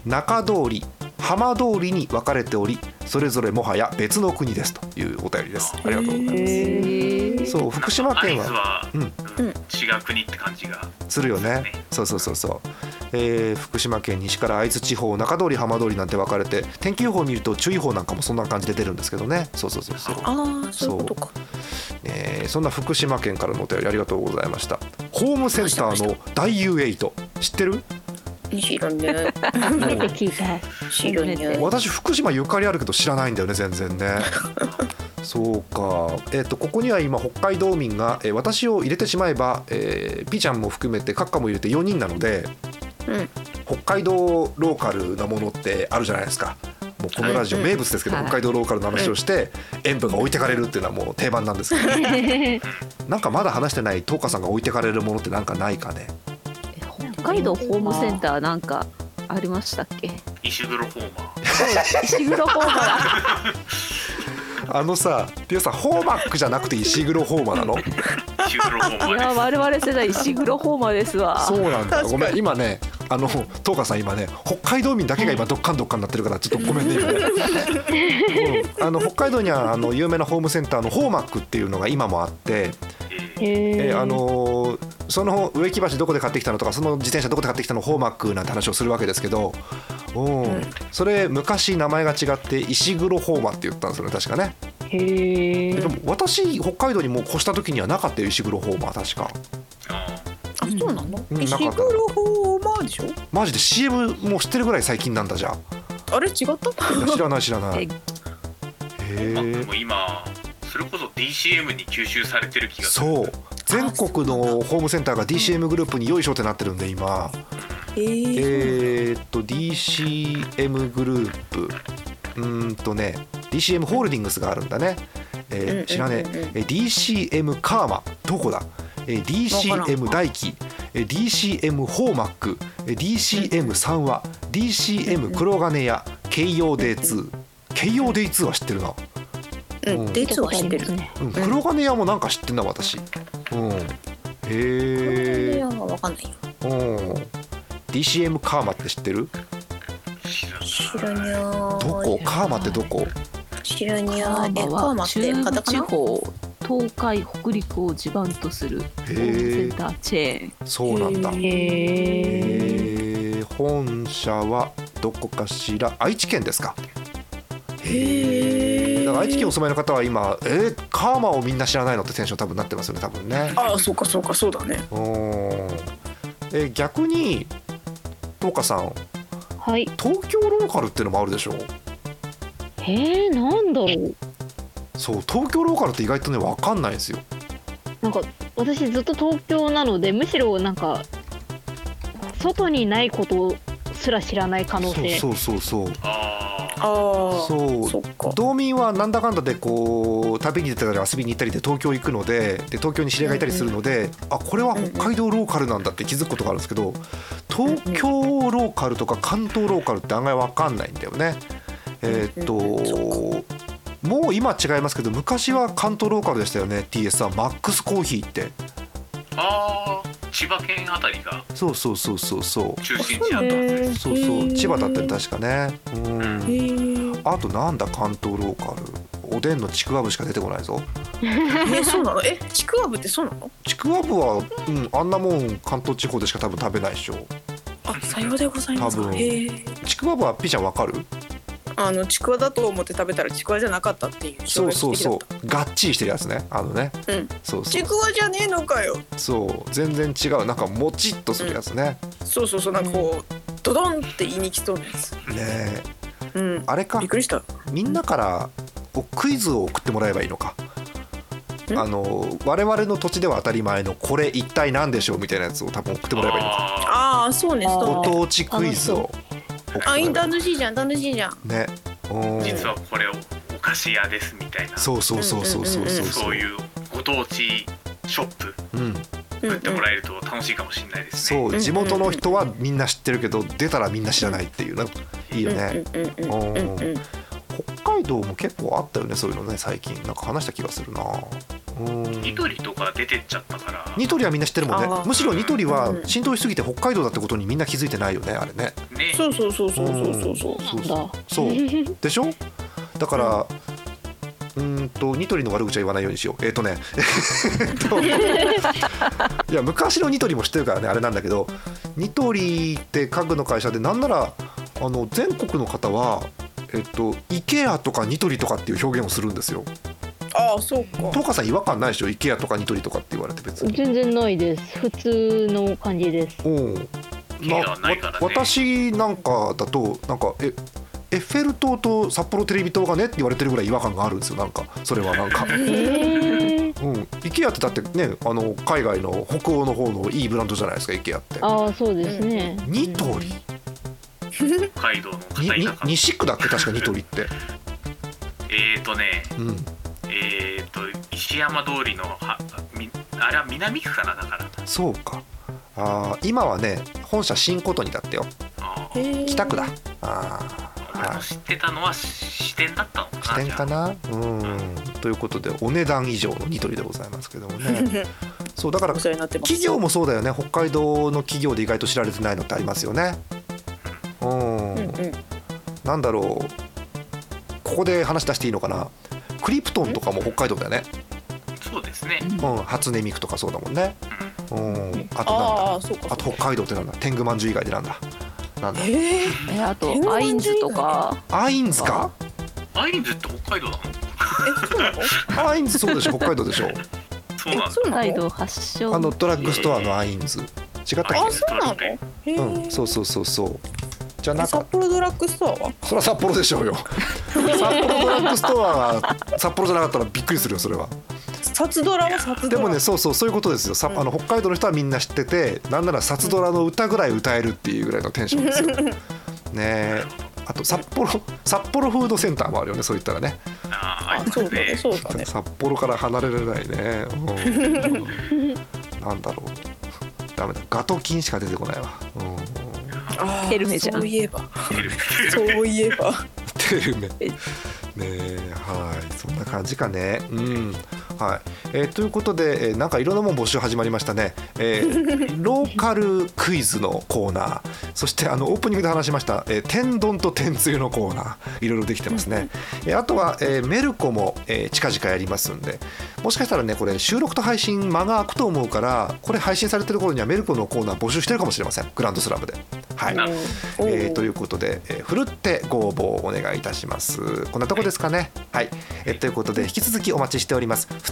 中通り浜通りに分かれておりそれぞれもはや別の国ですというお便りですありがとうございま
へ
すそう福島県は
は
うん
うん違う国って感じが
するよねそうそうそうそう、えー福島県西から会津地方中通り浜通りなんて分かれて天気予報を見ると注意報なんかもそんな感じで出るんですけどねそうそうそうそう
ああそういうことか
えーそんな福島県からのお便りありがとうございましたホームセンターの大 U8 知ってる
知らね
初めて聞いた。
え知らねえ
私福島ゆかりあるけど知らないんだよね全 然ねそうか、えっとここには今北海道民が、えー私を入れてしまえば、えー、ピーちゃんも含めてカッカも入れて4人なので、
うん
北海道ローカルなものってあるじゃないですかもうこのラジオ
はい
名物ですけど、
はい
北海道ローカルの話をして、塩分が置いてかれるっていうのはもう定番なんですけ どなんかまだ話してないトーカさんが置いてかれるものってなんかないかね
北海道ホームセンターなんかありましたっけ
石黒ホーマー
石黒ホームだ
あのさっていうさホーマックじゃなくて石黒ホーマなの
石黒ホーマ
いや
ー
我々世代石黒ホーマーですわ
そうなんだ。ごめん、今ね、あの、トーカさん、今ね、北海道民だけが今どっかんどっかんなってるから、ちょっとごめんね。今ねうんあの、北海道には、あの、有名なホームセンターのホーマックっていうのが今もあって。
です、えー
へ
え
え。
ーあのーその植木橋どこで買ってきたのとかその自転車どこで買ってきたのホーマックなんて話をするわけですけど、うんそれ昔名前が違って石黒ホーマって言ったんですよね確かね
へえ
で。も私北海道にもう越した時にはなかったよ石黒ホーマ確か
あ
あそうなの
うん
石
なかった
黒ホーマーでしょ
マジで CM もうしてるぐらい最近なんだじゃあ
あれ違った
い や知らない知らない。へ
え
ーまあ
え
で。も今それこそ DCM に吸収されてる気がする
そう。全国のホームセンターが DCM グループによいしょってなってるんで今。
えー
えーっと DCM グループ。うーんとね DCM ホールディングスがあるんだね。
うんうんうんう
えー
ん
知らねえ。え DCM カーマどこだ。えー
わからん
DCM 大輝。えー DCM ホーマック。えー DCM 三和。DCM 黒金屋。京葉 D2。京葉 D2 は知ってるな。
うんデイツは知ってる
うん、黒金屋もなんか知ってんな私うんへ
い
え
やわかんないよ
うん DCM カーマって知ってる
知らな
知ら
い
にゃー
どこカーマってどこ
知らに
い
ゃ
や
ーえ
ー
コアマってカ
中部
タカ
地
ナ
方東海北陸を地盤とするホームセ
へ
ン
え
ターチェーン
そうなんだへ
へえ。
え本社はどこかしら愛知県ですかへえ愛知県お住まいの方は今えー、カーマをみんな知らないのってテンション多分なってますよね多分ね
ああそうかそうかそうだね
うんえ逆にトーカさん
はい。
東京ローカルっていうのもあるでしょ
へえ、なんだろう。
そう東京ローカルって意外とね分かんないんですよ
なんか私ずっと東京なのでむしろなんか外にないことすら知らない可能性
そうそうそうそう
あー
ああ
そう
そっか
道民はなんだかんだでこう旅に出たり遊びに行ったりで東京行くのでで東京に知り合いがいたりするので、あこれは北海道ローカルなんだって気づくことがあるんですけど東京ローカルとか関東ローカルって案外分かんないんだよね。えーっともう今違いますけど昔は関東ローカルでしたよね TS はマックスコーヒーって
あー千葉県あたりが
そうそうそうそうそう
中心地だったんですね
そうそう千葉だったり確かねうん
えー
あとなんだ関東ローカルおでんのちくわぶしか出てこないぞ
えそうなのえちくわぶってそうなの
ちくわぶは、うん、あんなもん関東地方でしか多分食べないでしょ
あさようでございます
多
か
分
へえ
ちくわぶはピーちゃんわかる
あのちくわだと思って食べたらちくわじゃなかったっていう
そうそう
衝撃的だ
そ
った
うがっちりしてるやつねあのね、
うん
そうそ
ち
う
くわじゃねえのかよ
そう全然違うなんかもちっとするやつね、
そうそうそうなんかこう、ドドンって言いに来そうなやつ
ねえ
うん
あれか
びっくりした
みんなからこうクイズを送ってもらえばいいのか
ん
あの我々の土地では当たり前のこれ一体何でしょうみたいなやつを多分送ってもらえばいいのか
あ
ああそうね
あー
そう
ご
ね
当地クイズを送ってもら
あい
え
い
ばいい
楽しいじゃん楽しいじゃん
ねう
ー
ん
実はこれをお菓子屋ですみたいな
そうそうそうそうそうそう
そういうご当地ショップ
うん
うん
作ってもらえると楽しいかもしれないですね、
そう地元の人はみんな知ってるけど出たらみんな知らないっていうなんかいいよね
うんうんうんうんうんうん
北海道も結構あったよねそういうのね最近なんか話した気がするなうん
ニトリとか出てっちゃったから
ニトリはみんな知ってるもんね
あー
むしろニトリは
うん
浸透しすぎて北海道だってことにみんな気づいてないよねあれね
ね
そうそうそうそうそうそう
そう
なんだ
そうそうでしょだからうーんとニトリの悪口は言わないようにしようえっ、とねえっといや昔のニトリも知ってるからねあれなんだけどニトリって家具の会社でなんならあの全国の方はえっと IKEA とかニトリとかっていう表現をするんですよ。
ああそうか
トーカさん違和感ないでしょ IKEA とかニトリとかって言われて別に。
全然ないです普通の感じです
おお。
系がないからね
わ私なんかだとなんかえエッフェル塔と札幌テレビ塔がねって言われてるぐらい違和感があるんですよなんかそれはなんか、うん、IKEA ってだってねあの海外の北欧の方のいいブランドじゃないですか IKEA って
ああそうですね、
ニトリ
北海道の
に
片
に
田舎の
西区だっけ確かニトリ って、
えーとね
うん、
えーと石山通りのはみあれは南区かなだから
そうかあー今はね本社新琴にだってよ
あー
北区だあー
俺
は
の
い
知ってたのは支店だったのかな
支店か
じゃ
なうんということでお値段以上のニトリでございますけどもねそうだから
お世話になってます
企業もそうだよね北海道の企業で意外と知られてないのってありますよねうん、
うんうん
なんだろうここで話出していいのかなクリプトンとかも北海道だよね、
あそうですね
うん、初音ミクとかそうだもんね、うん、あと
あ
な
あ
んだ
そうか
あと北海道ってなんだ天狗まんじゅう以外でなんだなんだ
ええ
えあと
天文
ア
字
インズとか
アインズか
アインズって北海道なの
アインズそうでしょ北海道でしょ
そうなんだ
そう
北
な
海道
の
発祥
あのドラッグストアのアインズ違ったっけ
あそうなの
え
へえ、
うん、そうそうそうそうじゃあ
え
なん
札
か
幌ドラッグストアは
それは札幌でしょうよ 札幌ドラッグストアが札幌じゃなかったらびっくりするよそれは
札ドラは札
で
ド
も
ラ
ねそうそうそういうことですよ、さあの北海道の人はみんな知っててなんなら札ドラの歌ぐらい歌えるっていうぐらいのテンションです よねえあと札幌札幌フードセンターもあるよねそういったらね
あアイ
あ
ンズ
そうだね
ね
そうだね
札幌から離れられないね、 うん、なんだろうダメだガトキンしか出てこないわ、うん、
あー
ヘルメじゃん
そういえばそういえば
テルメ。ねえはいそんな感じかね。うんはいえーということで、えーなんかいろんなもん募集始まりましたね、えーローカルクイズのコーナーそしてあのオープニングで話しました、えー天丼と天つゆのコーナーいろいろできてますね、えーあとは、えーメルコも、えー近々やりますんでもしかしたらねこれ収録と配信間が空くと思うからこれ配信されてる頃にはメルコのコーナー募集してるかもしれませんグランドスラムで。はい、えーということで、えー、ふるってご応募をお願いいたしますこんなとこですかねはい、えーということで引き続きお待ちしておりますふ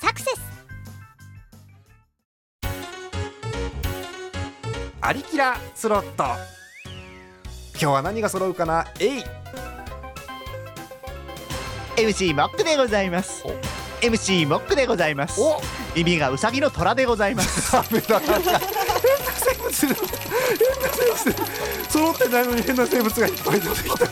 サクセス
アリキラスロット今日は何が揃うかなえい
MC モックでございます。MC モックでございます。耳がウサギの虎でございます。
揃ってないのに変な生物がいっぱい出てきた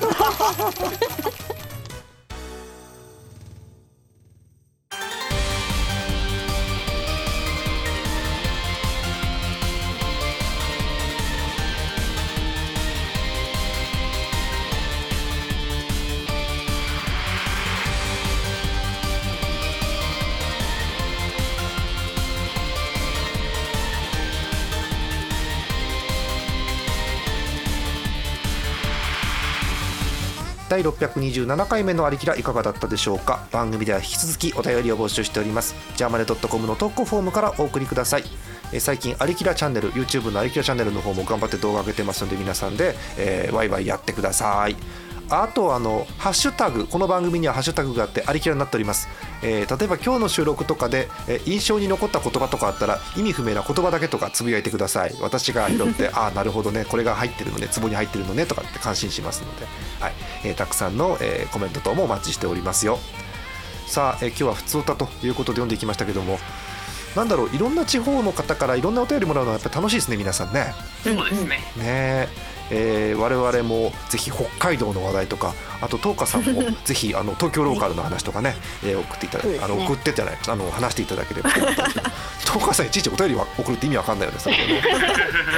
第627回目のありきらいかがだったでしょうか番組では引き続きお便りを募集しておりますジャーマネドットコムの投稿フォームからお送りくださいえー最近ありきらチャンネル YouTube のありきらチャンネルの方も頑張って動画上げてますので皆さんで、えーワイワイやってくださいあとあのハッシュタグこの番組にはハッシュタグがあってありきらになっております、えー例えば今日の収録とかで、えー印象に残った言葉とかあったら意味不明な言葉だけとかつぶやいてください私が拾って ああなるほどねこれが入ってるのね壺に入ってるのねとかって感心しますので、はいえーたくさんの、えーコメント等もお待ちしておりますよさあ、えー今日は「ふつおた」ということで読んでいきましたけどもなんだろういろんな地方の方からいろんなお便りもらうのはやっぱり楽しいですね皆さんね。
そうですね
ねええー我々もぜひ北海道の話題とかあと東花さん もぜひあの東京ローカルの話とかね、えー送っていただ
そうです
あ
ね
の送ってじゃないあの話していただけ ればと思ったんですけど東花さんいちいちお便りは送るって意味わかんないよねそれね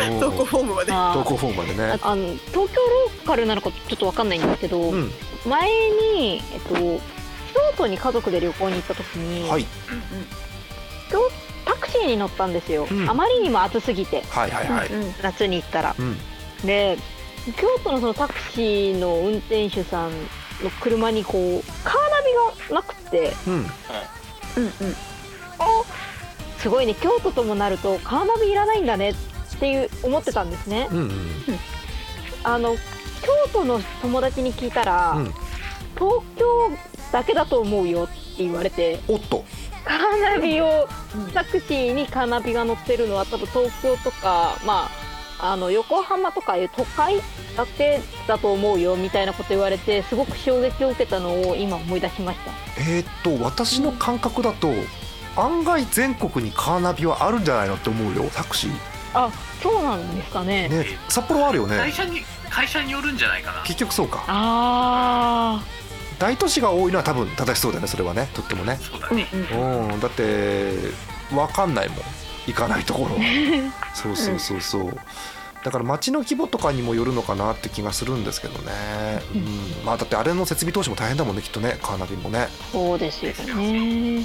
うん
投稿
投
フォームまで
稿フォームまでね
ああの東京ローカルなのかちょっとわかんないんですけど、
うん
前に、えっと、京都に家族で旅行に行った時に、
はい
京タクシーに乗ったんですよ、
うん
あまりにも暑すぎて、
はいはいはい
うんうん夏に行ったら、
うん
で京都のそのタクシーの運転手さんの車にこうカーナビがなくて、
うん
うんうん、あすごいね京都ともなるとカーナビいらないんだねっていう思ってたんですね、
うんうん
あの京都の友達に聞いたら、
うん
東京だけだと思うよって言われて
おっと
カーナビをタクシーにカーナビが乗ってるのは多分東京とか、まあ、あの横浜とかいう都会だけだと思うよみたいなこと言われてすごく衝撃を受けたのを今思い出しました。
えーっと私の感覚だと案外全国にカーナビはあるんじゃないのって思うよタクシー
あそうなんですかね。
ね札幌はあるよね
会社に会社によるんじゃないかな
結局そうか
あ
大都市が多いのは多分正しそうだよねそれはねとってもね
そうだね
うんだって分かんないもん行かないところ はそうそうそうそう、だから街の規模とかにもよるのかなって気がするんですけどね、うんまあだってあれの設備投資も大変だもんねきっとねカーナビもね
そうですよね。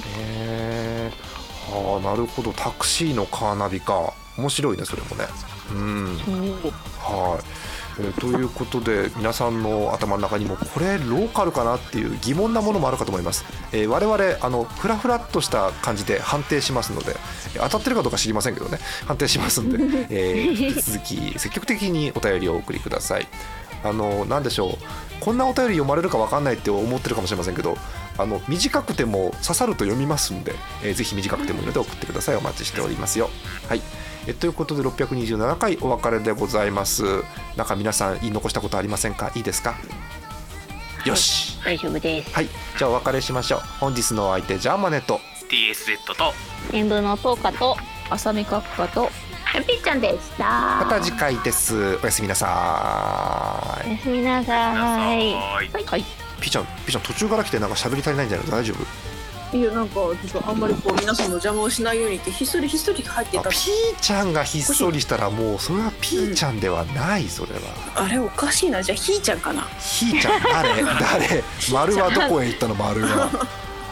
へえああなるほどタクシーのカーナビか面白いねそれもねうんはい、えーということで皆さんの頭の中にもこれローカルかなっていう疑問なものもあるかと思います、えー我々あのフラフラっとした感じで判定しますのでえー当たってるかどうか知りませんけどね判定しますんで、えー引き続き積極的にお便りをお送りくださいあの何でしょうこんなお便り読まれるかわかんないって思ってるかもしれませんけどあの短くても刺さると読みますんで、えーぜひ短くてもいいので送ってくださいお待ちしておりますよはいえということで627回お別れでございますなんか皆さん言い残したことありませんかいいですかよし
大丈夫です
はいじゃあお別れしましょう本日のお相手ジャーマネット
TSZ と
演舞のトーカと浅見閣下とぴーちゃんでした
また次回ですおやすみなさ
おやすみなさい。
はい。
いピーちゃんピーちゃん途中から来てなんか喋り足りないんじゃないの大丈夫
いやなんかちょっとあんまりこう皆さんの邪魔をしないようにってひっそりひっそり入ってた
ピーちゃんがひっそりしたらもうそれはピーちゃんではないそれは
あれおかしいなじゃあひーちゃんかな
ひーちゃん 誰誰丸はどこへ行ったの丸は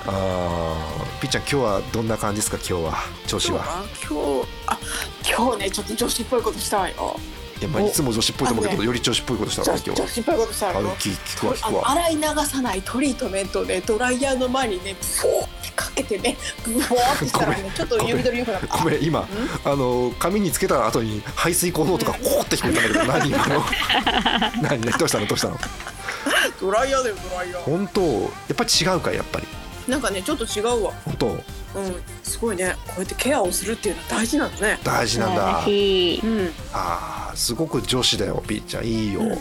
あーピーちゃん今日はどんな感じですか今日は調子は
あ今日あ今日ねちょっと女子っぽいことしたわよ
いやまあいつも女子っぽいと思うけ
あ
ど
ね
より調子っぽいことしたわ今日
女子っぽいことしたわ
あの
よ
聞聞くわ聞
あ
く
の
わ
洗い流さないトリートメントでドライヤーの前にねブワーってかけてねブワーってしたらねちょっと指取りよくなった
ごめん今あの髪につけた後に排水口の音がコーって聞こえたんだけど何今の何何どうしたのどうしたの
ドライヤーだよドライヤー
本当やっぱり違うかやっぱり
なんかねちょっと違うわ
本当
うんすごいねこうやってケアをするっていうのは大事なんだね
大事なんだ
うん
あーすごく女子だよピーちゃんいいよ、
うん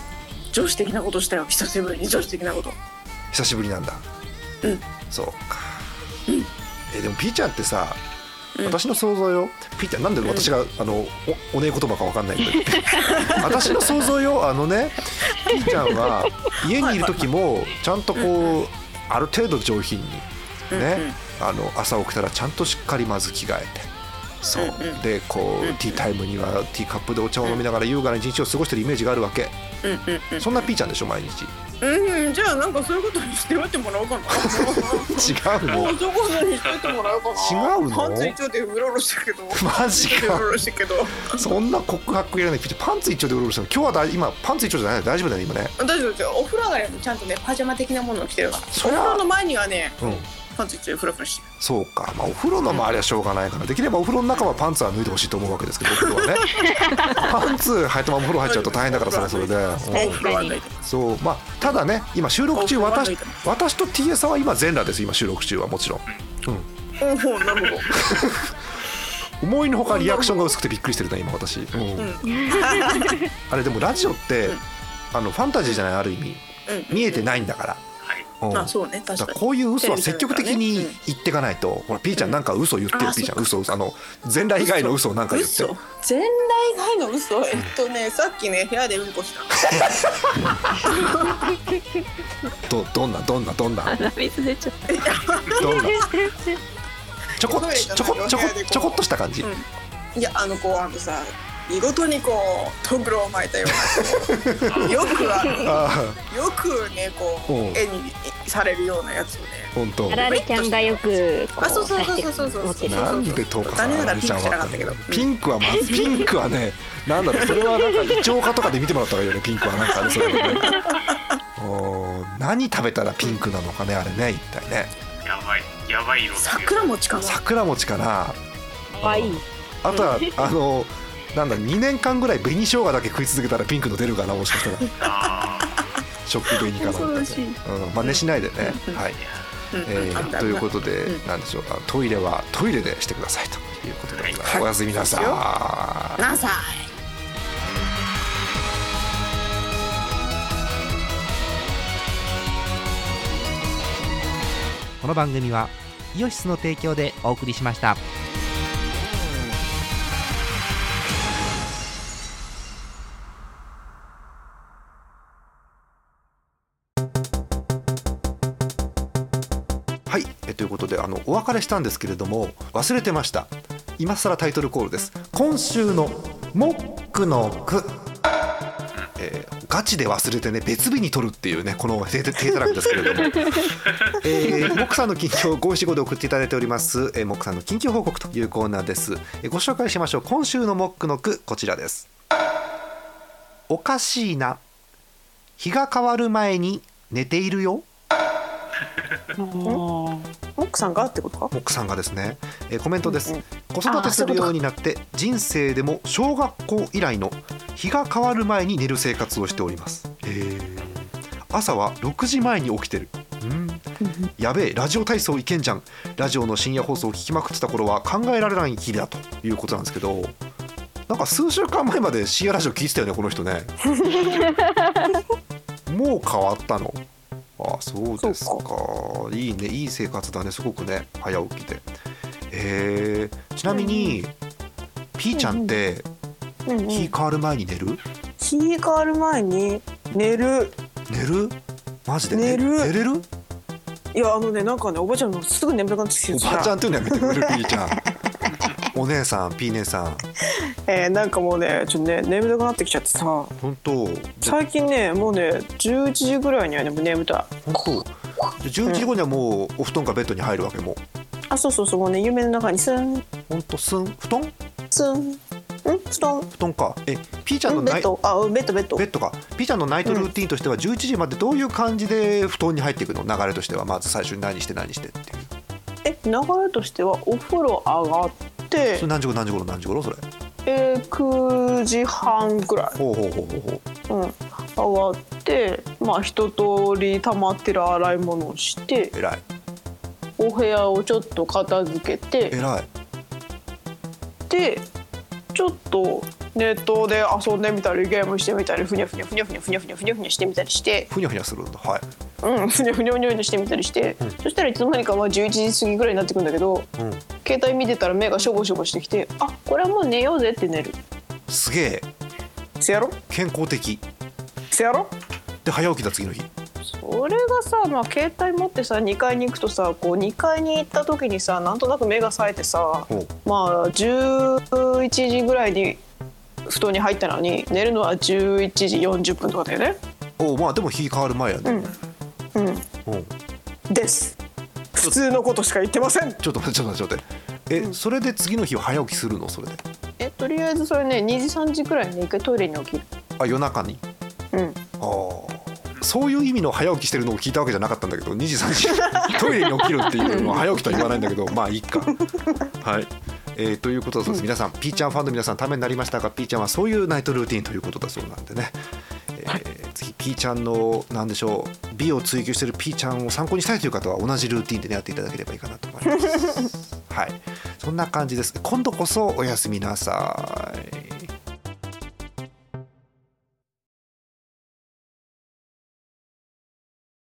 女子的なことしたよ久しぶりに女子的なこと
久しぶりなんだ
うん
そうか、えでもピーちゃんってさ、私の想像よピーちゃんなんで私が、あのおおねえ言葉かわかんないけど 私の想像よあのねピーちゃん は家にいる時もちゃんとこう、ある程度上品にね、あの朝起きたらちゃんとしっかりまず着替えてそう、でこう、ティータイムにはティーカップでお茶を飲みながら優雅な一日を過ごしてるイメージがあるわけ、
うんうんうん
そんなピーちゃんでしょ毎日
うん、じゃあなんかそういうことにしておいてもらおうかな。
違うの
もうそういうことにしておいてもらおうかな。
違うの
パンツ一丁でうろうろしたけど。
マジか
パンツ一丁でうろうろしたけど。
そんな告白いらないピッチパンツ一丁でうろうろしたの今日はだ今パンツ一丁じゃない大丈夫だね今ね
大丈夫ですよ。お風呂上がりもちゃんとねパジャマ的なものを着てるから。お
そ
風
りゃ
呂の前にはね
うん
パンツ一丁でフラフラしてる。
そうか、まあ、お風呂の周りはしょうがないから、できればお風呂の中はパンツは脱いでほしいと思うわけですけど僕 はねパンツ履いたままお風呂入っちゃうと大変だからそれはそれで、
お風呂は脱いで
うんそうまあただね今収録中
お風呂は
私
脱いで
私と TA さんは今全裸です今収録中はもちろん、うん、
うん、ほうなるほど。
思いのほかリアクションが薄くてびっくりしてるな今私、うんあれでもラジオって、あのファンタジーじゃないある意味、見えてないんだから、うん
まあそうね確かに
だらこういう嘘は積極的
テレビ
に
だからね
言っていかないと、ほらピーちゃんなんか嘘言ってよ、
あー
ピーちゃん
そ
嘘
っか
嘘あの全裸以外の嘘をなんか言って
嘘前代外の嘘えっとねさっきね部屋でうんこした
どどんなどんなどんな
鼻水出ちゃった。
どんなちょこちょこちょこちょこっとした感じ、
いやあのこうあのさ見事にこうトグロを巻いたよ うなよくあ
あ
のよくねこう
うん
絵にされるようなやつをね
本当
あられちゃんがよくこ
あそうそうそうそうそうそう
出してくる
なんで10日さ
残念
あ
ながら
れ
ピ
ちゃ
ン
ん
クじゃなかったけど
はピンクはまずピンクは ねなんだろうそれはなんか胃腸科とかで見てもらった方がいいよねピンクはなんかねそういうの ねおー何食べたらピンクなのかねあれね一体ね
やばいやばい色つけ
桜餅かな
桜餅かな
可愛い
あとはあのなんだ2年間ぐらい紅生姜だけ食い続けたらピンクの出るかなもしかしたら食紅かな
恐ろしい
うん、真似しないでね、はい、え
うん
ー、ということで、なんでしょうあトイレはトイレでしてくださいということでございます、おやすみなさい
何歳
この番組はイオシスの提供でお送りしました。
はい、えということであのお別れしたんですけれども忘れてました今更タイトルコールです今週の「モックの句」えーガチで忘れてね別日に撮るっていうねこの 手手たらくですけれどもえー、モックさんの近況五七五で送っていただいております、えー、モックさんの近況報告というコーナーです、えーご紹介しましょう今週のモックの句こちらですおかしいな日が変わる前に寝ているよ
奥さんがってことか
奥さんがですね、えーコメントです、
うんうん
子育てするようになって人生でも小学校以来の日が変わる前に寝る生活をしております、えー朝は6時前に起きてるうんやべえラジオ体操いけんじゃんラジオの深夜放送を聞きまくってた頃は考えられない日々だということなんですけどなんか数週間前まで深夜ラジオ聞いてたよねこの人 ねもう変わったのあそうですかいいねいい生活だねすごくね早起きでえー、ちなみに、ピーちゃんって
うんうん
日変わる前に寝る
日変わる前に寝る
寝るマジで
寝る
寝れる
いやあのねなんかねおばちゃんのすぐ眠たくなってきて
お
る
ばあちゃんっていうのやめてくれるピーちゃんお姉さん ピー姉さん
えー、なんかもうねちょっとね眠たくなってきちゃってさ
本当
最近ねもうね11時ぐらいにはねもう眠たい
本当11時後にはもうお布団かベッドに入るわけもう
あそうそうそうもうね夢の中にスン
ほんとスン布団
スンん布団
布団かえピーちゃんの
ベ
ナ
ッ
イ
ドあうんベッドベッド
ベッドかピーちゃんのナイトルーティンとしては11時までどういう感じで布団に入っていくの流れとしてはまず最初に何して何してっていう
え流れとしてはお風呂上がって
それ何時頃何時頃何時頃それ
えー、9時半ぐらい、
ほうほうほうほうほう
うん、上がってまあ一通り溜まってる洗い物をして
えらい
お部屋をちょっと片付け
え
て
らい
でちょっとネットで遊んでみたりゲームしてみたりふにゃふにゃふにゃふにゃふにゃふにゃふにゃふにゃしてみたりして
ふにゃふにゃするんだはい
うんふにゃふにゃふにゃふにゃしてみたりして、そしたらいつの間にかまあ11時過ぎぐらいになってくんだけど
うん
携帯見てたら目がしょぼしょぼしてきてあこれはもう寝ようぜって寝る
すげえ
せやろ
健康的
せやろ
で早起きだ次の日
俺がさ、まあ、携帯持ってさ2階に行くとさこう2階に行った時にさなんとなく目が冴えてさ
ほう
まあ11時ぐらいに布団に入ったのに寝るのは11時40分とかだよね
おうまあでも日変わる前やね
うん
うん
です普通のことしか言ってません
ちょっと待ってちょっと待ってちょっと待ってえ、それで次の日は早起きするのそれで
えとりあえずそれね2時3時くらいに一回トイレに起きる
あ夜中に
うん
あーそういう意味の早起きしてるのを聞いたわけじゃなかったんだけど2時3時 トイレに起きるっていうのは早起きとは言わないんだけどまあいいかはい、えーということだそうです皆さんピーちゃんファンの皆さんためになりましたがピーちゃんはそういうナイトルーティンということだそうなんでね、えー次ピーちゃんのなんでしょう美を追求してるピーちゃんを参考にしたいという方は同じルーティンで、ね、やっていただければいいかなと思いますはいそんな感じです今度こそおやすみなさい